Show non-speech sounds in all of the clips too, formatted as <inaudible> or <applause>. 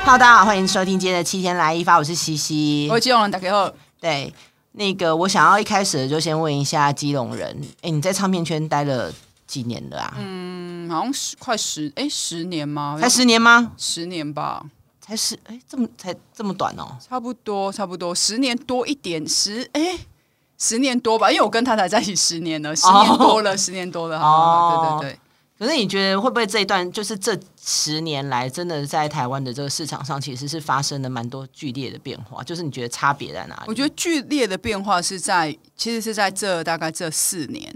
Hello，大家好，欢迎收听今天的七天来一发，我是西西我。基隆人打给后，对，那个我想要一开始就先问一下基隆人，哎，你在唱片圈待了几年了啊？嗯，好像十快十哎十年吗？才十年吗？十年吧，才十？哎，这么才这么短哦？差不多差不多，十年多一点，十哎十年多吧，因为我跟他才在一起十年了，十年多了，十年 <laughs> 多了，好哦好，对对对，可是你觉得会不会这一段就是这十年来，真的在台湾的这个市场上，其实是发生了蛮多剧烈的变化？就是你觉得差别在哪里？我觉得剧烈的变化是在，其实是在这大概这四年，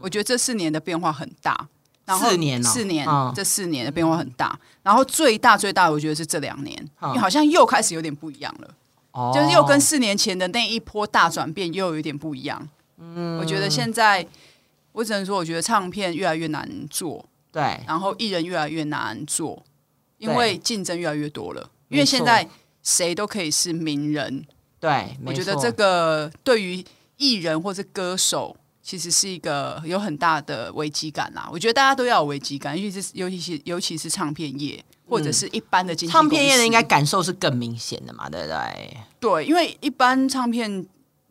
我觉得这四年的变化很大。然后嗯四年哦四年，嗯这四年的变化很大。然后最大最大，我觉得是这两年，嗯因为好像又开始有点不一样了。哦就是又跟四年前的那一波大转变又有一点不一样。嗯，我觉得现在我只能说，我觉得唱片越来越难做，对然后艺人越来越难做，因对为竞争越来越多了。因没为错现在谁都可以是名人，对，我没觉错得这个对于艺人或是歌手。其实是一个有很大的危机感啦，我觉得大家都要有危机感，尤其是尤其是尤其是唱片业或者是一般的经嗯纪唱片业公的司应该感受是更明显的嘛，对不对？对，因为一般唱片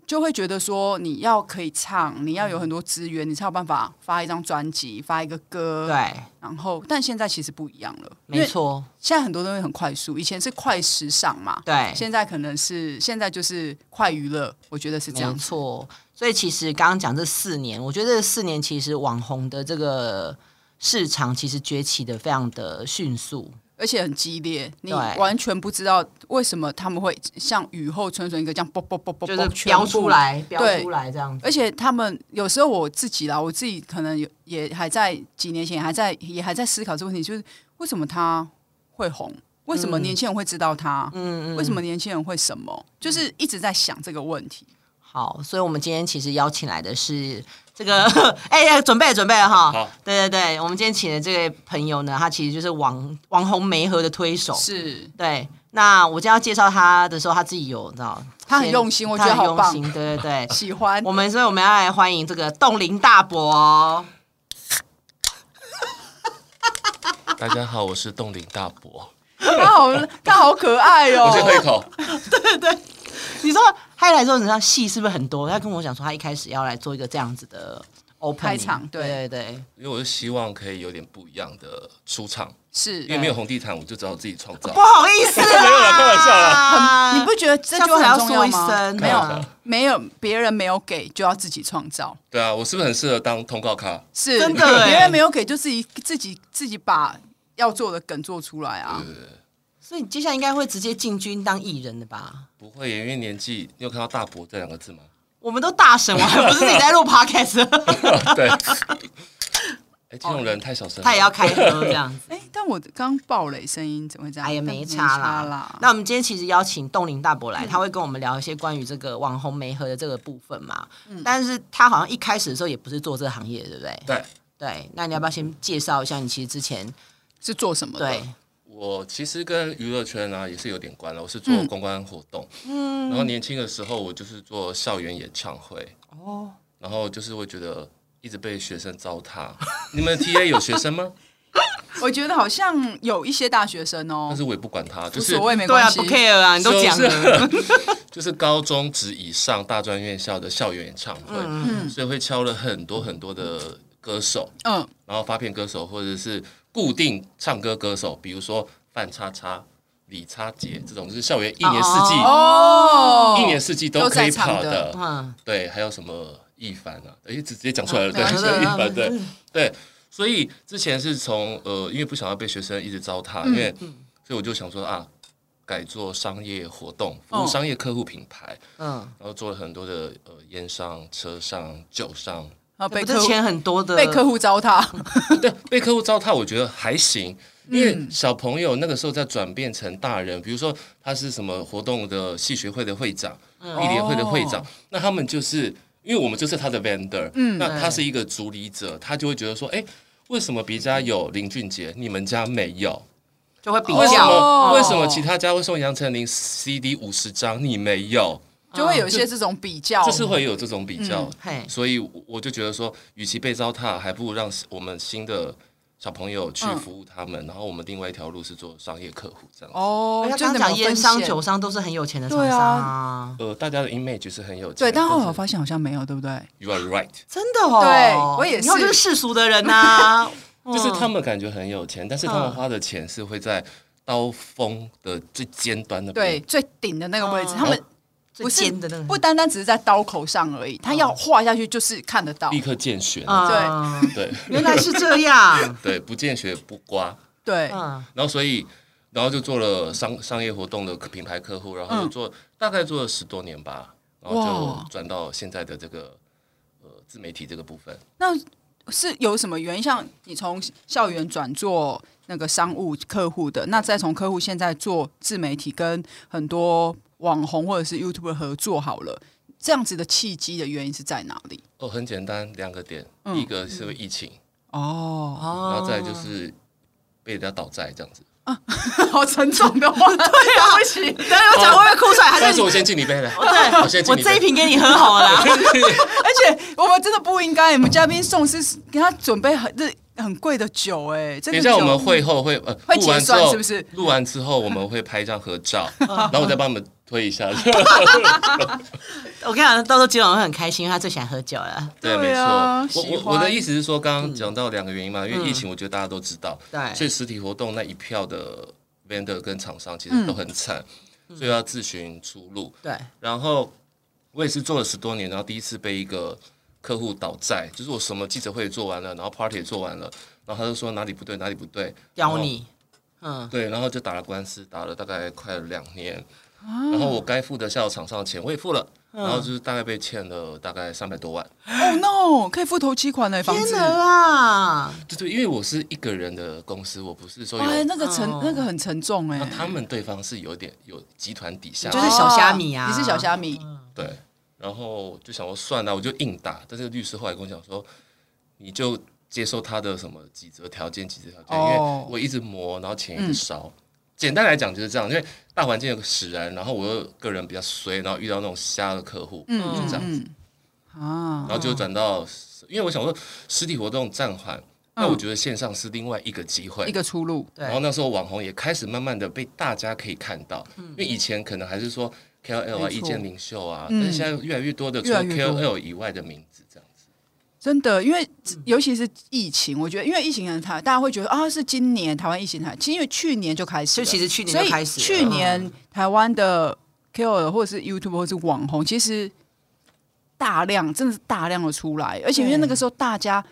就会觉得说，你要可以唱，你要有很多资源，你才有办法发一张专辑、发一个歌。，对，然后但现在其实不一样了，因没为错，现在很多东西很快速，以前是快时尚嘛，对，现在可能是现在就是快娱乐，我觉得是这没样子。错。所以其实刚刚讲这四年，我觉得这四年其实网红的这个市场其实崛起的非常的迅速，而且很激烈，你对完全不知道为什么他们会像雨后春笋一个这样啵啵啵啵就啵是全飙部出来，飙对出来这样子。而且他们有时候我自己啦，我自己可能有也还在几年前还在也还在思考这个问题，就是为什么他会红？为什么年轻人会知道他？嗯嗯，为什么年轻人会什么？就是一直在想这个问题。好，所以我们今天其实邀请来的是这个， <laughs> 哎、哎，准备了准备了哈好。对对对，我们今天请的这位朋友呢，他其实就是网网红媒合的推手。是对，那我今天要介绍他的时候，他自己有你知道，他很先用心我他觉得很好用棒心对对对，喜欢我们所以我们要来欢迎这个冻龄大伯。大家好，我是冻龄大伯，他好，他好可爱我先喝一哦。口。你说他来之后，你知道戏是不是很多？他跟我讲说，他一开始要来做一个这样子的 open 开场对对对对，因为我是希望可以有点不一样的出场，是因嗯为没有红地毯，我就只好自己创造不。好意思啦，没有啦开玩笑啦你不觉得这下就次还要很重要说一吗？声，没有，啊没有，别人没有给就要自己创造，对啊，我是不是很适合当通告咖？是真的欸别人没有给就自己自己自己把要做的梗做出来啊。所以你接下来应该会直接进军当艺人的吧？不会耶，因为年纪，你有看到大伯这两个字吗？我们都大神，我还不是自己在录 podcast，对。哎，这种人太小声了。他也要开喝这样子。哎、但我刚爆雷声音怎么会这样？哎呀，没差差啦。那我们今天其实邀请冻龄大伯来，他会跟我们聊一些关于这个网红媒合的这个部分嘛。但是他好像一开始的时候也不是做这个行业的，对不对？对，对，那你要不要先介绍一下你其实之前是做什么的？对我其实跟娱乐圈啊也是有点关了，我是做公关活动，嗯，然后年轻的时候我就是做校园演唱会，哦，然后就是会觉得一直被学生糟蹋。你们 T A 有学生吗？我觉得好像有一些大学生但哦，是我也不管他，就无是所谓，没对关啊，系。不 care 啊，你都讲了， <laughs> 就是高中职以上大专院校的校园演唱会，所以会敲了很多很多的歌手，嗯，然后发片歌手或者是固定唱歌歌手，比如说范叉叉、李叉杰这种，就是校园一年四季、哦，一年四季都可以跑都在唱的的。嗯，对，还有什么一凡啊？哎，直直接讲出来了，嗯对，对 <laughs> 嗯是一凡，对对对。所以之前是从呃，因为不想要被学生一直糟蹋，因嗯为所以我就想说啊，改做商业活动，服务哦商业客户品牌。嗯，然后做了很多的呃烟商、车上、酒上，啊，被不客是户钱很多的，被客户糟蹋，对，被客户糟蹋，我觉得还行，因为小朋友那个时候在转变成大人，比如说他是什么活动的系学会的会长、艺联会的会长，那他们就是因为我们就是他的 vendor，嗯，那他是一个主理者，他就会觉得说，哎，为什么别家有林俊杰，你们家没有？就会比为什较，么、哦为什么其他家会送杨丞琳 CD 五十张，你没有？就嗯会有一些这种比较，就是会有这种比较，嘿，所以我就觉得说，与其被糟蹋，还不如让我们新的小朋友去嗯服务他们，然后我们另外一条路是做商业客户这样。哦，他就哎刚是讲没有烟分商、线酒商都是很有钱的厂对啊商啊，呃，大家的 image 是很有钱，对，但后来是我发现好像没有，对不对？ you are right，真的哦。对我也是以后就是世俗的人啊 <laughs> 呐、哦就是他们感觉很有钱，但是他们嗯花的钱是会在刀锋的最尖端那对，边。最顶的那个位置，嗯哦他们最不是尖的那个不单单只是在刀口上而已，嗯他要画下去就是看得到立。刻见血，嗯啊，对，原来是这样对，不见血不刮。 <laughs> 对，嗯，然后所以，然后就做了商商业活动的品牌客户，然后就做、大概做了十多年吧，然后嗯哇就转到现在的这个呃自媒体这个部分。那是有什么原因？像你从校园转做那个商务客户的，那再从客户现在做自媒体，跟很多网红或者是 YouTube 合作好了，这样子的契机的原因是在哪里？哦，很简单，两个点，嗯一个是疫情，哦，哦然后再就是被人家倒债这样子。好沉重的话，对啊，不起，等下我讲会不会哭出啊来？还但是是你我先敬你杯哦来，哦对 <laughs> 我先敬我你这一杯。瓶给你喝好 <laughs> 了啦。而且 <laughs> 我们真的不应该，我们嘉宾宋是给他准备很这很贵的酒、哎，这等个一下，酒我们会后会呃，会录完结之算后是不是嗯录完之后，我们会拍一张合 <laughs> 照，然后我再帮你们推一下。我跟你讲，到时候今晚会很开心，因为他最喜欢喝酒了。对，对没啊错。喜我我欢嗯我的意思是说，刚刚讲到两个原因嘛，因为疫情，我觉得大家都知道，对所以实体活动那一票的 vendor 跟厂商其实都很惨，嗯所以要自寻出路。对，然后我也是做了十多年，然后第一次被一个客户倒债，就是我什么记者会也做完了，然后 party 也做完了，然后他就说哪里不对哪里不对，邀你，嗯，对，然后就打了官司，打了大概快两年，啊然后我该付的下游厂商的钱我也付了，嗯然后就是大概被欠了大概三百多万。 ，Oh no，可以付头期款的、房天子。哪哦啊，对对，因为我是一个人的公司，我不是说有，哎，那个沉，哦那个很沉重哎、那他们对方是有点有集团底下，就是小虾米啊哦你是小虾米，对，然后就想说算了，我就硬打。但是律师后来跟我讲说，你就接受他的什么几折条件，几折条哦件，嗯因为我一直磨，然后钱一直烧。简单来讲就是这样，因为大环境有个使然，然后我又个人比较衰，然后遇到那种瞎的客户，嗯就这样子，嗯嗯啊然，后就转到，因为我想说实体活动暂缓，那嗯我觉得线上是另外一个机会一。个出路，对然后那时候网红也开始慢慢的被大家可以看到，因为以前可能还是说 KOL 嗯没错啊、意见领袖啊，嗯但是现在越来越多的除越来了越多 KOL 以外的名字这样子。真的，因为尤其是疫情，我觉得因为疫情很台，大家会觉得啊，是今年台湾疫情才，其实因为去年就开始就了，其实去年所以就开始了，去年台湾的 KOL 或者是 YouTube 或者是网红，其实大量真的是大量的出来，而且因为对那个时候大家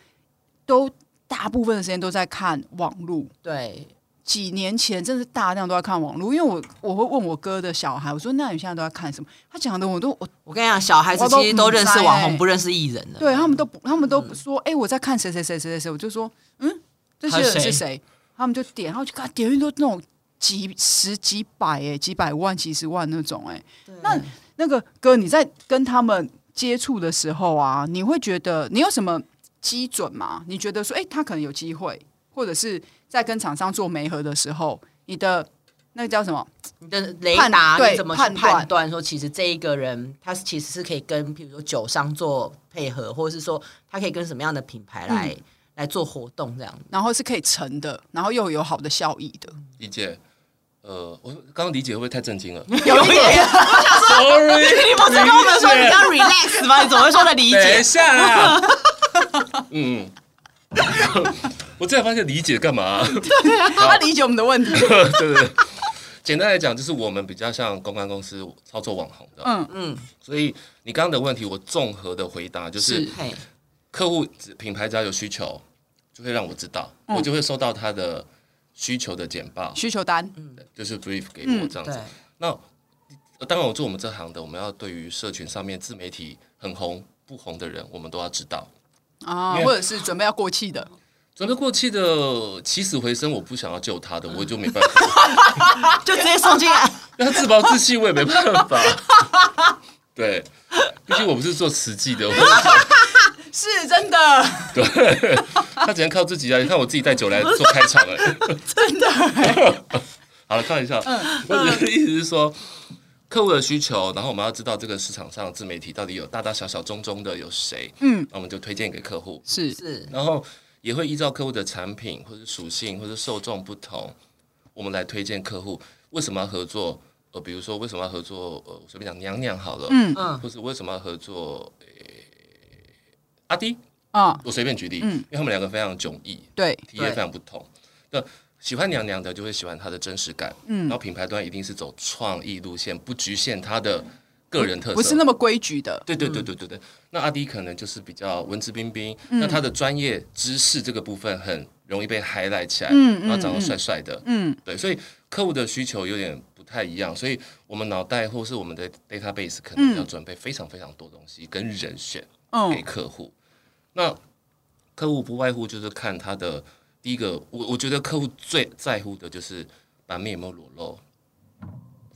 都大部分的时间都在看网路，对，几年前真的是大量都在看网络，因为我我会问我哥的小孩，我说那你现在都在看什么？他讲的我都我我跟你讲，小孩子我都其实都认识网不知道欸红，不认识艺人的。对他们都不他们都不说，哎、我在看谁谁谁谁谁谁，我就说嗯，这些他人是谁是谁？他们就点，然后就看点阅都那种几十几百哎、几百万、几十万那种哎、那那个哥你在跟他们接触的时候啊，你会觉得你有什么基准吗？你觉得说，哎、他可能有机会，或者是在跟厂商做媒合的时候，你的那个叫什么？你的雷判达对你怎么去判断判断说，其实这一个人他其实是可以跟，比如说酒商做配合，或者是说他可以跟什么样的品牌来、嗯来做活动这样子。然后是可以成的，然后又有好的效益 <laughs> 的。理解，呃，我刚刚理解会不会太震惊了 <laughs> 有一点， <laughs> ？Sorry，你不我在跟我们说你要 relax 吗？你怎么会说的理等一解？下啦， <laughs> 嗯， <laughs> 我突然发现理解干嘛、 <laughs> 他理解我们的问题。对对对。简单来讲，就是我们比较像公关公司操作网红的，嗯嗯，所以你刚刚的问题，我综合的回答就是是嘿，客户只品牌只要有需求，就会让我知道，嗯我就会收到他的需求的简报，需求单，就是 brief 给我嗯这样子。对，那呃当然，我做我们这行的，我们要对于社群上面自媒体很红不红的人，我们都要知道。啊，因嗯为或者是准备要过气的，准备过气的起死回生，我不想要救他的，嗯我就没办 <laughs> 法，<laughs> 就直接送进来。让他自暴自弃，我也没办法。 <laughs> 对，毕竟我不是做实际的，我 <laughs> <laughs> 是真的， <laughs> 他只能靠自己啊！你看我自己带酒来做开场了，真的。好了，开玩笑。嗯 <laughs> 我只是意思是说，客户的需求，然后我们要知道这个市场上的自媒体到底有大大小小、中中的有谁，嗯，那我们就推荐给客户。是是，然后也会依照客户的产品或者属性或者受众不同，我们来推荐客户为什么要合作。呃，比如说为什么要合作？呃，我随便讲娘娘好了，嗯嗯或是为什么要合作？呃，阿迪，啊，我随便举例，嗯因为他们两个非常迥异，对，体验非常不同。那喜欢娘娘的就会喜欢她的真实感，嗯然后品牌端一定是走创意路线，不局限她的个人特色，不是那么规矩的，对对对对对对。那阿迪可能就是比较文质彬彬，嗯那他的专业知识这个部分很容易被 highlight 起来，嗯嗯然后长得帅帅的，嗯，对，所以客户的需求有点不太一样，所以我们脑袋或是我们的 database 可能要准备非常非常多东西跟人选给嗯客户。那客户不外乎就是看他的第一个，我我觉得客户最在乎的就是版面有没有裸露，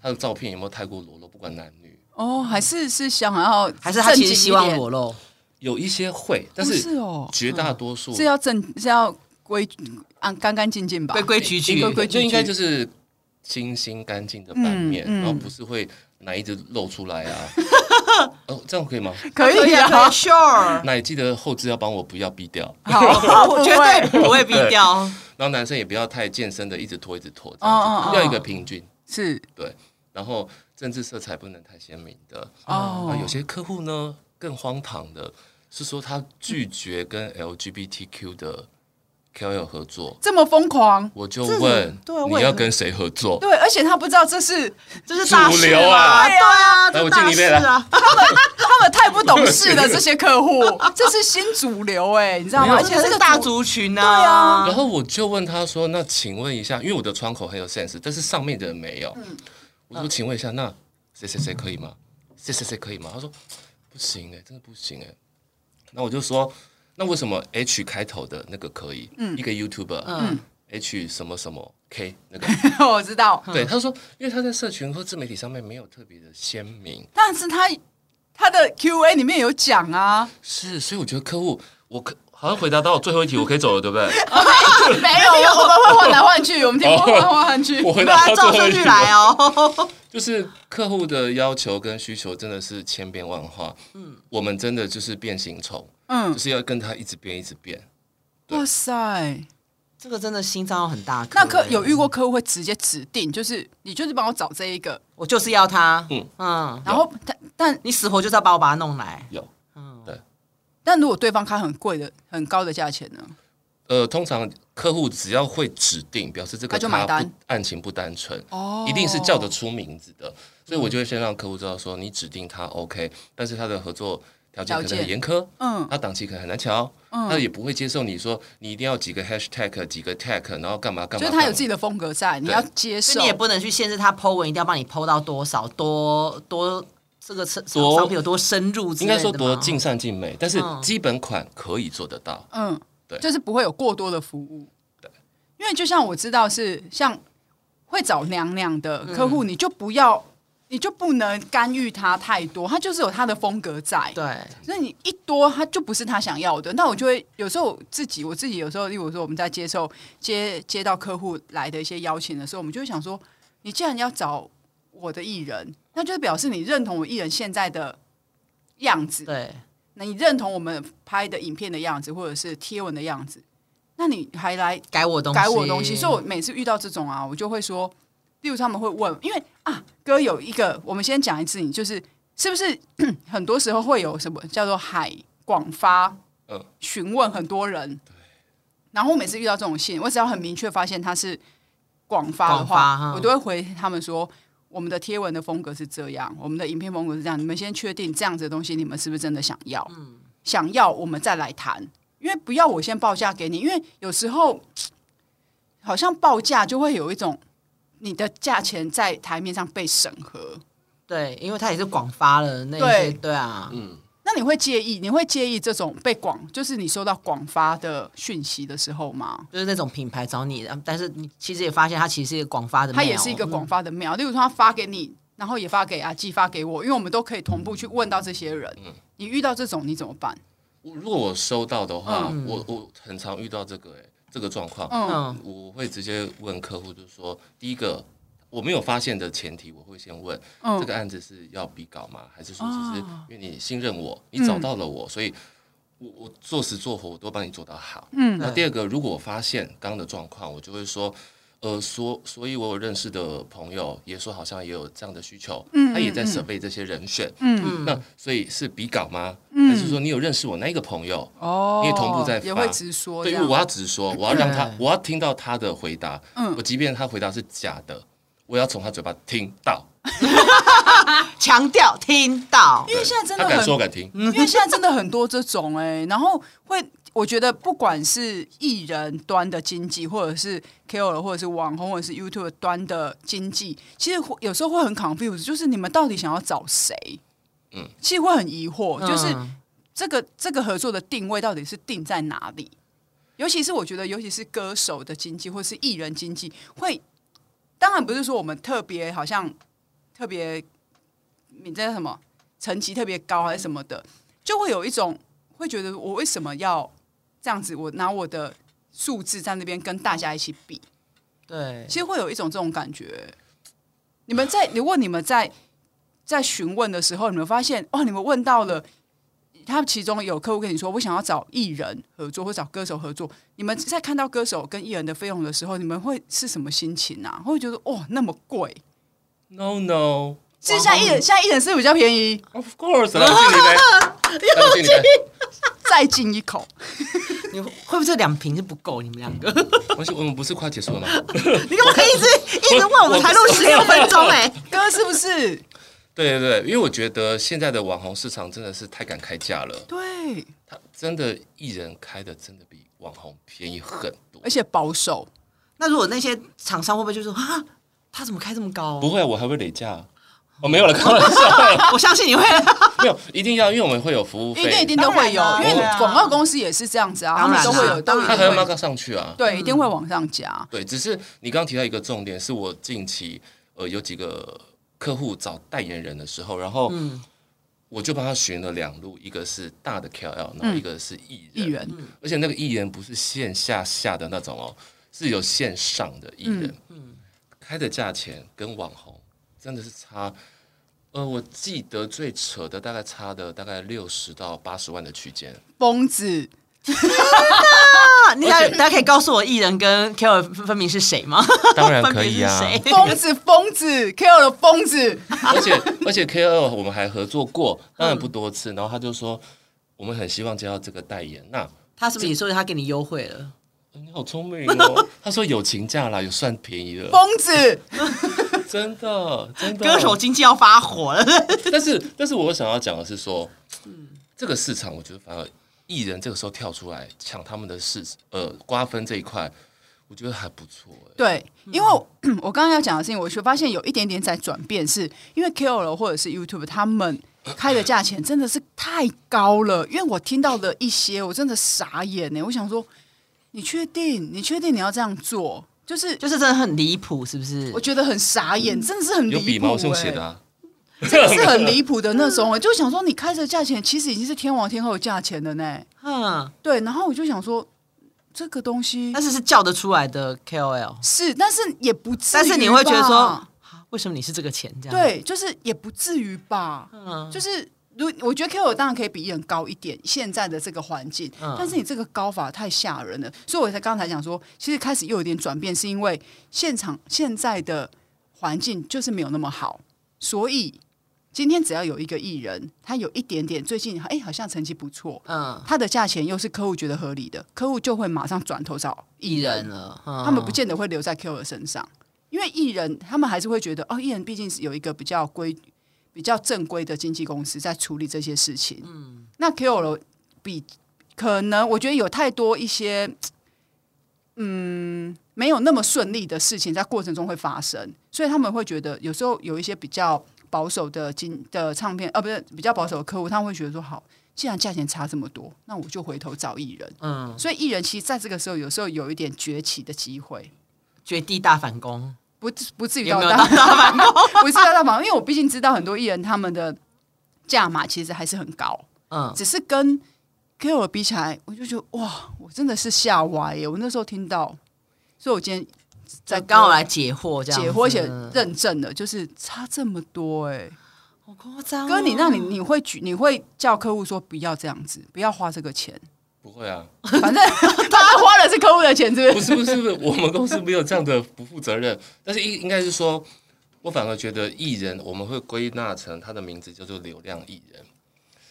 他的照片有没有太过裸露，不管男女。哦，还是是想要还是他其实希望裸我，露，有一些会，但不是是哦，绝大多数是要正是要规啊干干净净吧，规规矩矩规，规矩就矩应该就是清新干净的版面，嗯嗯然后不是会奶一直露出来 <laughs> 啊。哦，这样可以吗？可以可啊 <laughs> 以，，sure，奶记得后置要帮我不要逼掉，好，我绝对不会避掉。然后男生也不要太健身的一直拖一直拖，这哦样哦子哦要一个平均。是然后政治色彩不能太鲜明的。哦啊，有些客户呢更荒唐的是说他拒绝跟 LGBTQ 的 KOL 合作。这么疯狂，我就这问对啊你为要何跟谁合作？对，而且他不知道这是这是大事主流啊！啊对啊，来这我大敬你事一杯啊！他们太不懂事了，这些客 <laughs> 户，这是新主流哎、你知道没吗？有啊而且这是个大主族群啊啊，然后我就问他说：“那请问一下，因为我的窗口很有 sense，但是上面的人没有。嗯我说：“请问一下，那谁谁谁可以吗？谁谁谁可以吗？”他说：“不行哎、真的不行哎、那我就说：“那为什么 H 开头的那个可以？一个 YouTuber，嗯 h 什么什么 K 那 <laughs> 个？ <laughs> 我知道，对，嗯他说，因为他在社群或自媒体上面没有特别的鲜明，但是他他的 Q&A 里面有讲啊，是，所以我觉得客户，我可好像回答到最后一题，我可以走了，对不对？ <laughs> <laughs> 没有，我们会换来换去，我们听会换来换去，我回对啊答，到照最后顺一题序。”来哦。就是客户的要求跟需求真的是千变万化，嗯，我们真的就是变形虫，嗯就，是要跟他一直变，一直变。对哇塞，这个真的心脏要很大颗。欸那客有遇过客户会直接指定，就是你就是帮我找这一个，我就是要他，嗯嗯然后但但你死活就是要把我把他弄来。有，但如果对方开很贵的、很高的价钱呢？呃，通常客户只要会指定，表示这他个就买他单不案情不单纯，哦一定是叫得出名字的，所以我就会先让客户知道说你指定他 OK，但是他的合作条件条可能件很严苛，嗯他档期可能很难瞧，他也不会接受你说你一定要几个 hashtag 几个 tag，然后干嘛干嘛干就嘛，是他有自己的风格在，你要接所以受你也不能去限制他 Po 文一定要帮你 Po 到多少多多这个商多商品有多深入之应类的该吗说多尽善尽美，但是嗯基本款可以做得到。嗯，对就是不会有过多的服务。因为就像我知道是像会找娘娘的客户，你就不要，你就不能干预他太多，他就是有他的风格在。对，所以你一多，他就不是他想要的。那我就会有时候我自己，我自己有时候，例如说我们在接受接接到客户来的一些邀请的时候，我们就会想说，你既然要找我的艺人，那就是表示你认同我艺人现在的样子，对，那你认同我们拍的影片的样子，或者是贴文的样子，那你还来改我东西，改我东西。所以我每次遇到这种啊，我就会说，例如他们会问，因为啊，哥有一个，我们先讲一次，你就是是不是 <clears throat> 很多时候会有什么叫做海广发，嗯询问很多人，然后我每次遇到这种信，我只要很明确发现他是广发的广发话，哈我都会回他们说。我们的贴文的风格是这样，我们的影片风格是这样。你们先确定这样子的东西，你们是不是真的想要？想要我们再来谈，因为不要我先报价给你，因为有时候好像报价就会有一种你的价钱在台面上被审核，对，因为他也是广发了那一些，对对啊，嗯那你会介意？你会介意这种被广，就是你收到广发的讯息的时候吗？就是那种品牌找你，的，但是你其实也发现他其实是一个广发的，它也是一个广，发的庙，嗯例如说他发给你，然后也发给阿纪，发给我，因为我们都可以同步去问到这些人。嗯你遇到这种你怎么办？我如果我收到的话，我我很常遇到这个、欸、这个状况，嗯嗯，我会直接问客户，就是说，第一个我没有发现的前提，我会先问、嗯哦嗯这个案子是要比稿吗？还是说其实因为你信任我，你找到了我，所以我我做死做活我都帮你做到好。嗯那第二个，如果我发现刚刚的状况，我就会说，呃，所所以我有认识的朋友也说好像也有这样的需求，嗯他也在嗯嗯 survey 这些人选，嗯那所以是比稿吗？嗯还是说你有认识我那一个朋友？哦，你也同步在也发会直说这对，因样，为我要啊直说，我要让他对，我要听到他的回答。嗯我即便他回答是假的，我也要从他嘴巴听到。强调听到因为现在真的他敢很说，我敢听。 <laughs> 因为现在真的很多这种哎、然后会，我觉得不管是艺人端的经济，或者是 KOL，或者是网红，或者是 YouTube 端的经济，其实会有时候会很 confused，就是你们到底想要找谁？嗯嗯，其实会很疑惑，就是嗯这个这个合作的定位到底是定在哪里？尤其是我觉得，尤其是歌手的经济或是艺人经济，会当然不是说我们特别好像特别你在什么层级特别高还是什么的，就会有一种会觉得我为什么要这样子？我拿我的数字在那边跟大家一起比，对其实会有一种这种感觉。你们在如果你们在在询问的时候，你们发现哦，你们问到了，他其中有客户跟你说，我想要找艺人合作或找歌手合作，你们在看到歌手跟艺人的费用的时候，你们会是什么心情啊？会觉得哦那么贵？ No no, 是现在艺人现在艺人是不是比较便宜， of <laughs> course，让我敬礼呗，让我敬礼呗。再进一口。你会不会这两瓶是不够？你们两个，我是我们不是快结束了吗？你干嘛一直一直问我们才录十六分钟哎、哥是不是？ <laughs> 对对对，因为我觉得现在的网红市场真的是太敢开价了，对，他真的艺人开的真的比网红便宜很多而。且保守。那如果那些厂商会不会就说啊，他怎么开这么高、不会，我还会累价。哦，没有了，开玩笑，我相 <laughs> 信你会，没有，一定要，因为我们会有服务因为一费，定都会有，当然啊因为对啊广告公司也是这样子啊，他当然们啊都会有，当然他还要都 mark 会 up 上去啊。对，一定会往上加。对，只是你刚刚提到一个重点，是我近期呃有几个客户找代言人的时候，然后嗯我就帮他寻了两路，一个是大的 KOL，然嗯后一个是嗯艺艺人，人，而且那个艺人不是线下下的那种哦，是有线上的艺人，嗯开的价钱跟网红真的是差。呃，我记得最扯的大概差的大概六十到八十万的 <laughs> 区间，疯子，啊，你大大家可以告诉我艺人跟 K O 分明是谁吗？当然分可别以是啊。谁？疯子，疯子，K.O. 的疯子，而且而且 K 二我们还合作过，当然不多次。然后他就说，我们很希望接到这个代言。那哎他是不是也说他给你优惠了？你好聪明哦，他说有情价啦，有算便宜了，疯子，真的真的。哦歌手，经济要发火了， <laughs> 但是但是我想要讲的是说，这个市场我觉得反而艺人这个时候跳出来抢他们的市呃瓜分这一块，我觉得还不错、欸。对，因为我 <clears throat> 我刚刚要讲的事情，我就发现有一点点在转变，是因为 K.O. 或者是 YouTube 他们开的价钱真的是太高了，因为我听到的一些，我真的傻眼呢、我想说，你确定？你确定你要这样做？就是就是真的很离谱，是不是我？觉得很傻眼，真的是很有离笔谱、吗？欸。我是用写的啊。真的是很离谱的那种、欸，就想说你开这价钱，其实已经是天王天后的价钱了呢。嗯，对，然后我就想说，这个东西但是是叫得出来的 K O L，是，但是也不至于吧，但是你会觉得说，啊为什么你是这个钱这样？，对，就是也不至于吧。嗯，就是如我觉得 Q 当然可以比艺人高一点，现在的这个环境，嗯但是你这个高法太吓人了，所以我才刚才讲说，其实开始又有点转变，是因为现场现在的环境就是没有那么好，所以今天只要有一个艺人，他有一点点最近哎好像成绩不错，嗯，他的价钱又是客户觉得合理的，客户就会马上转头找艺艺人了，嗯他们不见得会留在 Q 的身上，因为艺人他们还是会觉得哦，艺人毕竟是有一个比较规、比较正规的经纪公司在处理这些事情。嗯，那 Q 了比可能我觉得有太多一些嗯没有那么顺利的事情在过程中会发生，所以他们会觉得有时候有一些比较保守的经的唱片，呃，不是比较保守的客户，他们会觉得说好。既然价钱差这么多，那我就回头找艺人。嗯，所以艺人其实在这个时候，有时候有一点崛起的机会。绝地大反攻，不至不至于有到没有大 <laughs> 大，反攻？ <laughs> 不至于到大房，因为我毕竟知道很多艺人他们的价码其实还是很高，嗯，只是跟 KOL 比起来，我就觉得哇，我真的是吓歪耶！我那时候听到，所以我今天在刚好来解惑这样子，嗯解惑且认证了，就是差这么多哎，好夸张哦、哥，你那你你会举，你会叫客户说不要这样子，不要花这个钱，不会啊，反正 <laughs> 他花的是客户的钱，是不不是？是不是不是，我们公司没有这样的不负责任，但是应应该是说，我反而觉得艺人我们会归纳成他的名字叫做流量艺人，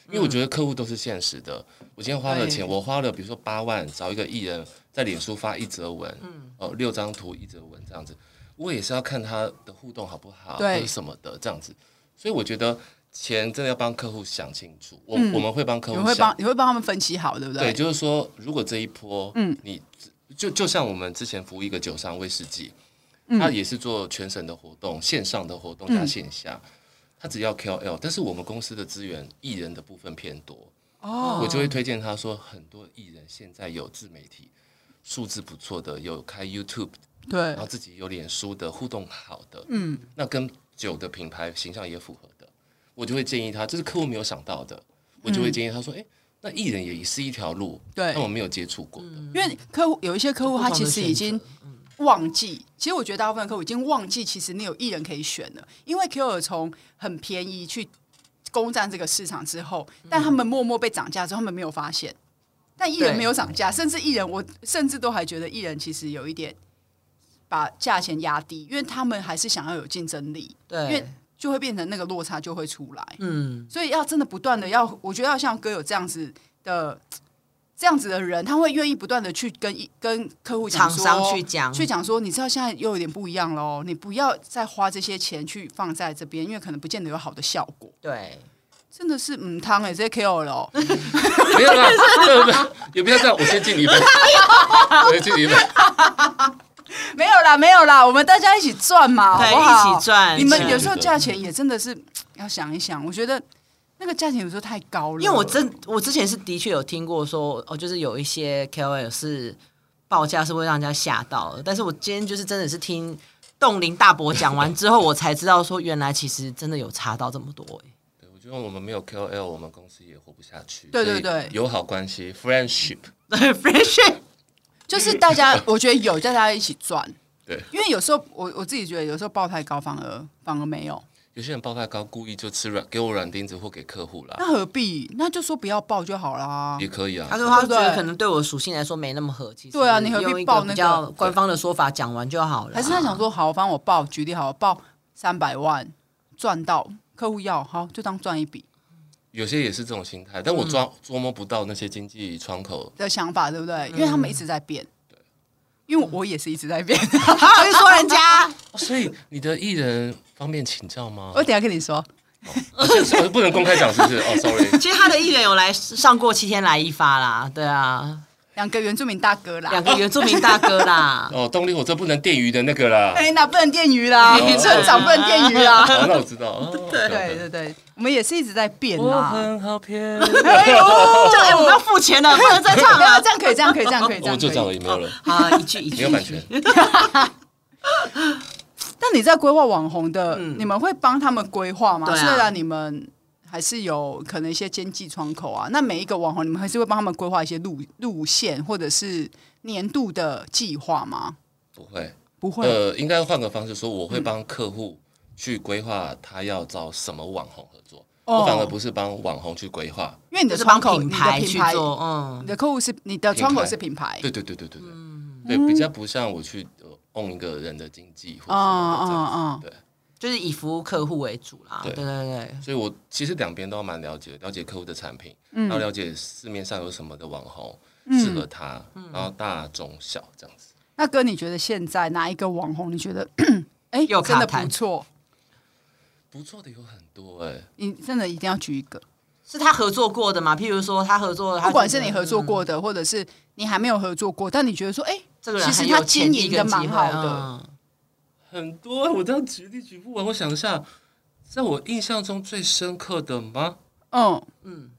因为我觉得客户都是现实的。我今天花了嗯钱，对我花了比如说八万找一个艺人，在脸书发一则文，嗯哦六张图一则文这样子，我也是要看他的互动好不好，对或者什么的这样子，所以我觉得钱真的要帮客户想清楚，我、我们会帮嗯客你户会想帮你会帮他们分析好，对不对，对？就是说，如果这一波，嗯，你就就像我们之前服务一个酒商威士忌，他也是做全省的活动，线上的活动加线下，他只要 KOL，但是我们公司的资源艺人的部分偏多，哦，我就会推荐他说，很多艺人现在有自媒体，数字不错的，有开 YouTube，对然后自己有脸书的互动好的，嗯，那跟酒的品牌形象也符合的，我就会建议他，这是客户没有想到的，我就会建议他说，哎、那艺人也是一条路，对嗯但，我没有接触过的，因为客户有一些客户他不同其的实选已经择忘记，其实我觉得大部分客户已经忘记，其实你有艺人可以选了，因为 Q 尔从很便宜去攻占这个市场之后，但他们默默被涨价之后，他们没有发现。但艺人嗯对没有涨价，甚至艺人我甚至都还觉得艺人其实有一点把价钱压低，因为他们还是想要有竞争力，因为对，就会变成那个落差就会出来。嗯，所以要真的不断的要，我觉得要像哥有这样子的这样子的人，他会愿意不断的去跟一跟客户讲厂说商去讲，去讲说，你知道现在又有点不一样喽，你不要再花这些钱去放在这边，因为可能不见得有好的效果。对，真的是嗯，汤哎、欸，这 KOL 哦没有啦，没有没有，也不要这样，我先敬你一杯，我先敬你一杯， <laughs> 没有啦，没有啦，我们大家一起赚嘛，好对，不好？一起赚。你们是有时候价钱也真的是要想一想，我觉得那个价钱有时候太高了，因为我真我之前是的确有听过说，哦，就是有一些 KOL 是报价是会让人家吓到的，但是我今天就是真的是听冻龄大伯讲完之后，我才知道说原来其实真的有差到这么多、欸，对我觉得我们没有 KOL，我们公司也活不下去，对对所以对友好关系 friendship，对 <laughs> f r e s h 就是大家，嗯 <laughs> 我觉得有叫大家一起赚。对，因为有时候我我自己觉得，有时候报太高反而反而没有，有些人报太高，故意就吃软，给我软钉子或给客户啊啦，那何必？那就说不要报就好啦也。可以啊他，说他觉对不对得可能对我属性来说没那么合，其实对啊你何必用一报个那个比较官方的说法讲完就好了。啊还是他想说，好，反正我报，举例好，我报三百万赚到，客户要好就当赚一笔有些也是这种心态，但我抓捉摸不到那些经济窗口，的想法，对不对？因为他们一直在变，嗯因为我也是一直 <laughs> 在变。好好去说人家，哦所以你的艺人方便请教吗？我等一下跟你说，哦这是不能公开讲是不是？哦，sorry，其实他的艺人有来上过七天来一发啦，对啊，两个原住民大哥啦，两个原住民大哥 <laughs> 啦，哦，动力火车不能电鱼的那个啦，哎，那不能电鱼啦，哦村长不能电鱼啦。哦，那我知道，哦对好的对对对，我们也是一直在变啦。<laughs> 好骗。哎呦，就啊哎、我们要付钱了，不能再唱不要 <laughs> 了。这样可以，这样可以，这样可以，这哦我样就这样可而以。已，没有了，啊，一句一句，没有版权一 <laughs> 句但你在规划网红的，你们会帮他们规划吗？嗯对啊虽然你们还是有可能一些经济窗口啊，那每一个网红，你们还是会帮他们规划一些路路线或者是年度的计划吗？不会。不会，呃，应该换个方式说，我会帮客户去规划他要找什么网红合作，哦我反而不是帮网红去规划。因为你就的是帮窗口，品你的牌去品牌，做，你嗯，的客户是你的窗口是品牌。对对对对对对，嗯对比较不像我去呃 own 一个人的经济或什啊么的这啊样子啊！对，就是以服务客户为主啦。对对对对，所以我其实两边都要蛮了解，了解客户的产品，然后了解市面上有什么的网红适合他，然后大中小这样子。那哥，你觉得现在哪一个网红你觉得， <coughs> 哎，又真卡的痰不错？不错的有很多哎、你真的一定要举一个，是他合作过的嘛？譬如说他合作，他不管觉是得你合作过啊的，或嗯者是你还没有合作过，但你觉得说，哎，这个人其实很有他经潜力营得跟机蛮会好的嗯很多，哎我这样举例举不完。我想一下，在我印象中最深刻的吗？嗯，嗯，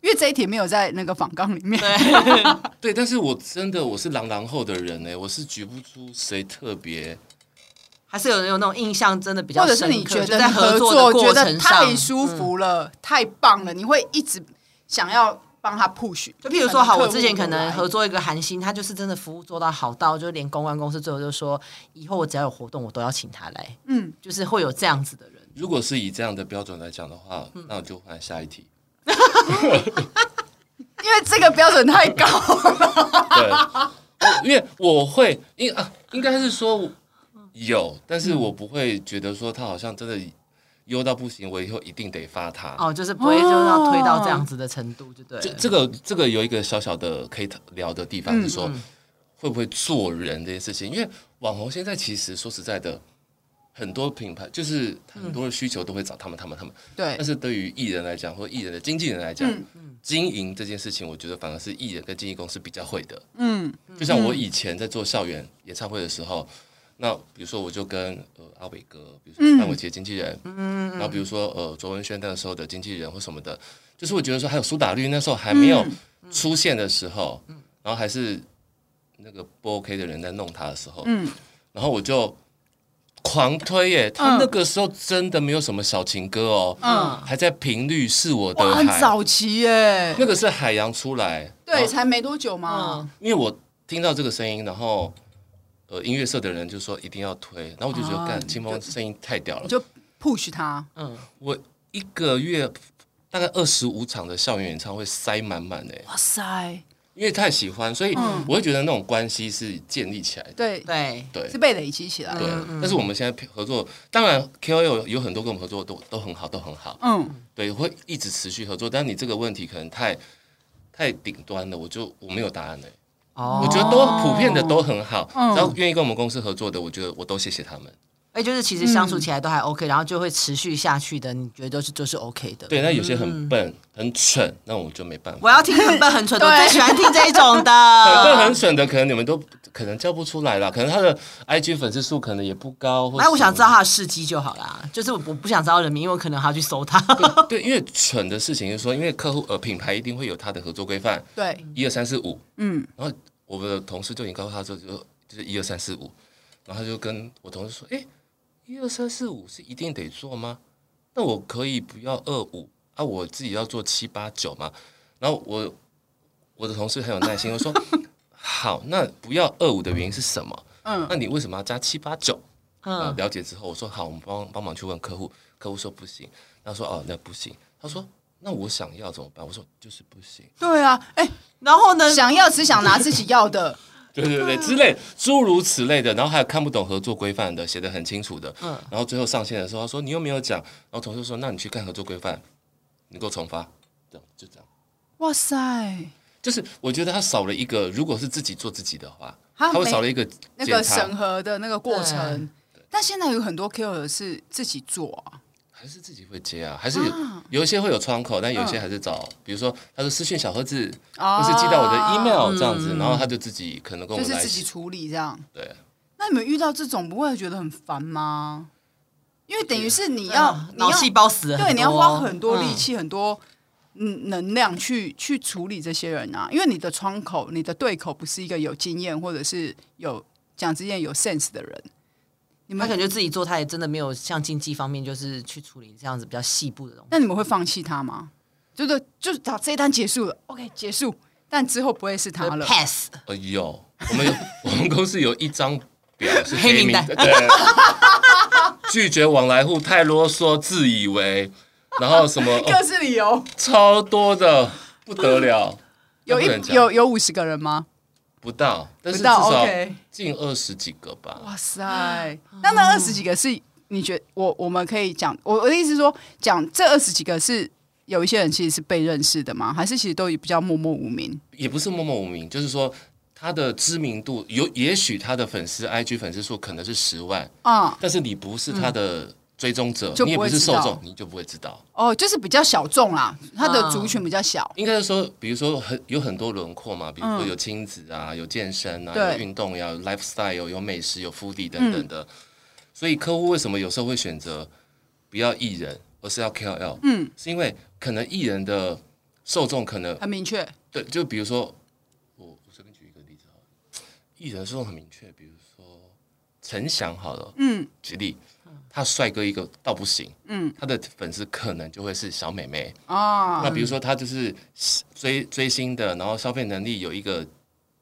因为这一题没有在那个访纲里面。对，但是我真的我是狼狼后的人呢、哎我是举不出谁特别。 <laughs> 还是有人有那种印象，真的比较或者深是刻，你觉就得在合作的觉过得程上太舒。嗯服了，太棒了，你会一直想要帮他 push。就譬如说，好，客户我之前可能合来作一个韩星，他就是真的服务做到好到，就连公关公司最后就说，以后我只要有活动，我都要请他来，嗯，就是会有这样子的人。如果是以这样的标准来讲的话，那我就换下一题。因为这个标准太高了。 <laughs> 对，我因为我会，应啊，应该是说有，但是我不会觉得说他好像真的优到不行，我以后一定得发他。哦，就是不会就是要推到这样子的程度，就对了。这这个这个有一个小小的可以聊的地方，是说会不会做人这件事情。因为网红现在其实说实在的，很多品牌就是很多的需求都会找他们、他们、他们。对但，是对于艺人来讲，或艺人的经纪人来讲，经营这件事情，我觉得反而是艺人跟经纪公司比较会的。 <laughs> 嗯，就像我以前在做校园演唱会的时候，那比如说我就跟呃阿伟哥，比如说范玮琪的经纪人，嗯，然后比如说呃卓文萱那个时候的经纪人或什么的，就是我觉得说还有苏打绿那时候还没有嗯出现的时候，然后还是那个不 OK 的人在弄他的时候，嗯，然后我就。狂推嗯耶！他那个时候真的没有什么小情歌哦，嗯，还在频率是我的哇，很海，早期耶，那个是海洋出来，然哦后对，才没多久嗯嘛。因为我听到这个声音，然后呃音乐社的人就说一定要推，然后我就觉得啊干你清风声音太屌我了。就 push 他，嗯，我一个月大概二十五场的校园演唱会塞满满的，哇塞，因为太喜欢，所以我会觉得那种关系是建立起来的。嗯对，对，对是被累积起来对的。嗯嗯，但是我们现在合作，当然 KOL 有很多跟我们合作都都很好，都很好，嗯，对，会一直持续合作。但你这个问题可能太太顶端了，我就我没有答案了。哦我觉得都普遍的都很好，嗯然后愿意跟我们公司合作的，我觉得我都谢谢他们。哎，就是其实相处嗯起来都还 OK，、然后就会持续下去的，你觉得就是就是 OK 的。对，那有些很笨、很蠢，那我就没办法。我要听很笨很蠢 <laughs> 的，我对最喜欢听这一种很笨很的。蠢的，可能你们都可能叫不出来啦，可能他的 IG 粉丝数可能也不高。或哎， <laughs> 我想知道什么他的事迹就好啦，就是我我不想知道人名，因为我可能还要去搜 <laughs> 他。对，因为蠢的事情就是说，因为客户呃品牌一定会有他的合作规范，对，一二三四五。嗯，然后我们的同事就已经告诉他说，就就是一二三四五，然后他就跟我同事说，哎，一二三四五是一定得做吗？那我可以不要二五啊，我自己要做七八九嘛。然后我我的同事很有耐心，我说 <laughs> 好，那不要二五的原因是什么？嗯，那你为什么要加七八九？呃，嗯，了解之后，我说好，我们帮帮忙去问客户，客户说不行，他说哦，那不行，他说那我想要怎么办？我说就是不行，对啊，哎，然后呢？想要只想拿自己 <laughs> 要的，对对嗯对，之类诸如此类的，然后还有看不懂合作规范的，写的很清楚的，嗯然后最后上线的时候，他说你又没有讲，然后同事说那你去看合作规范，你给我重发，这样就这样，哇塞，就是我觉得他少了一个，如果是自己做自己的话，他他会没少了一个那检个查，审核的那个过程。但现在有很多 KOL 是自己做啊，还是自己会接啊，还是有、有一些会有窗口，但有一些还是找，嗯比如说他说私讯小盒子，啊或是寄到我的 email 这样子，然后他就自己可能跟嗯我就们是来自己处理这样。对。那你们遇到这种不会觉得很烦吗？因为等于是你你要、你啊脑要细胞死了很多，对，你要花很多力嗯气、很多嗯能量去去处理这些人啊，因为你的窗口、你的对口不是一个有经验或者是有讲经验、有 sense 的人，你他们可能就自己做，他也真的没有像经济方面就是去处理这样子比较细部的东西。那你们会放弃他吗？就是就是他这一单结束了，OK 结束，但之后不会是他就是了。 pass 呃，有，我们有， <laughs> 我们公司有一张表是黑黑名名单单，对，拒绝往来户太啰嗦、自以为，然后 <laughs> 什么、各哦、自理由，超多的不得了，有一那不能讲有有五十个人吗？不到，但不是至到少，OK 近二十几个吧。哇塞，那那二十几个是你觉我我们可以讲，我我的意思是说，讲这二十几个是有一些人其实是被认识的吗？还是其实都比较默默无名？也不是默默无名，就是说他的知名度有，也许他的粉丝 IG 粉丝数可能是十万，啊、但是你不是他的追踪者，嗯就你也不不会是知受道众，你就不会知道。哦，就是比较小众啦，它的族群比较小。应该是说，比如说很有很多轮廓嘛，比如说嗯有亲子啊，有健身啊，对嗯有运动呀、有 lifestyle，有美食，有 foodie 等等的。所以客户为什么有时候会选择不要艺人，而是要 KOL？嗯，是因为可能艺人的受众可能很明确，对，就比如说我我随便举一个例子好了，艺人的受众很明确，比如说陈翔好了，嗯，举例，他帅哥一个到不行，嗯，他的粉丝可能就会是小美眉，啊那比如说他就是追追星的，然后消费能力有一个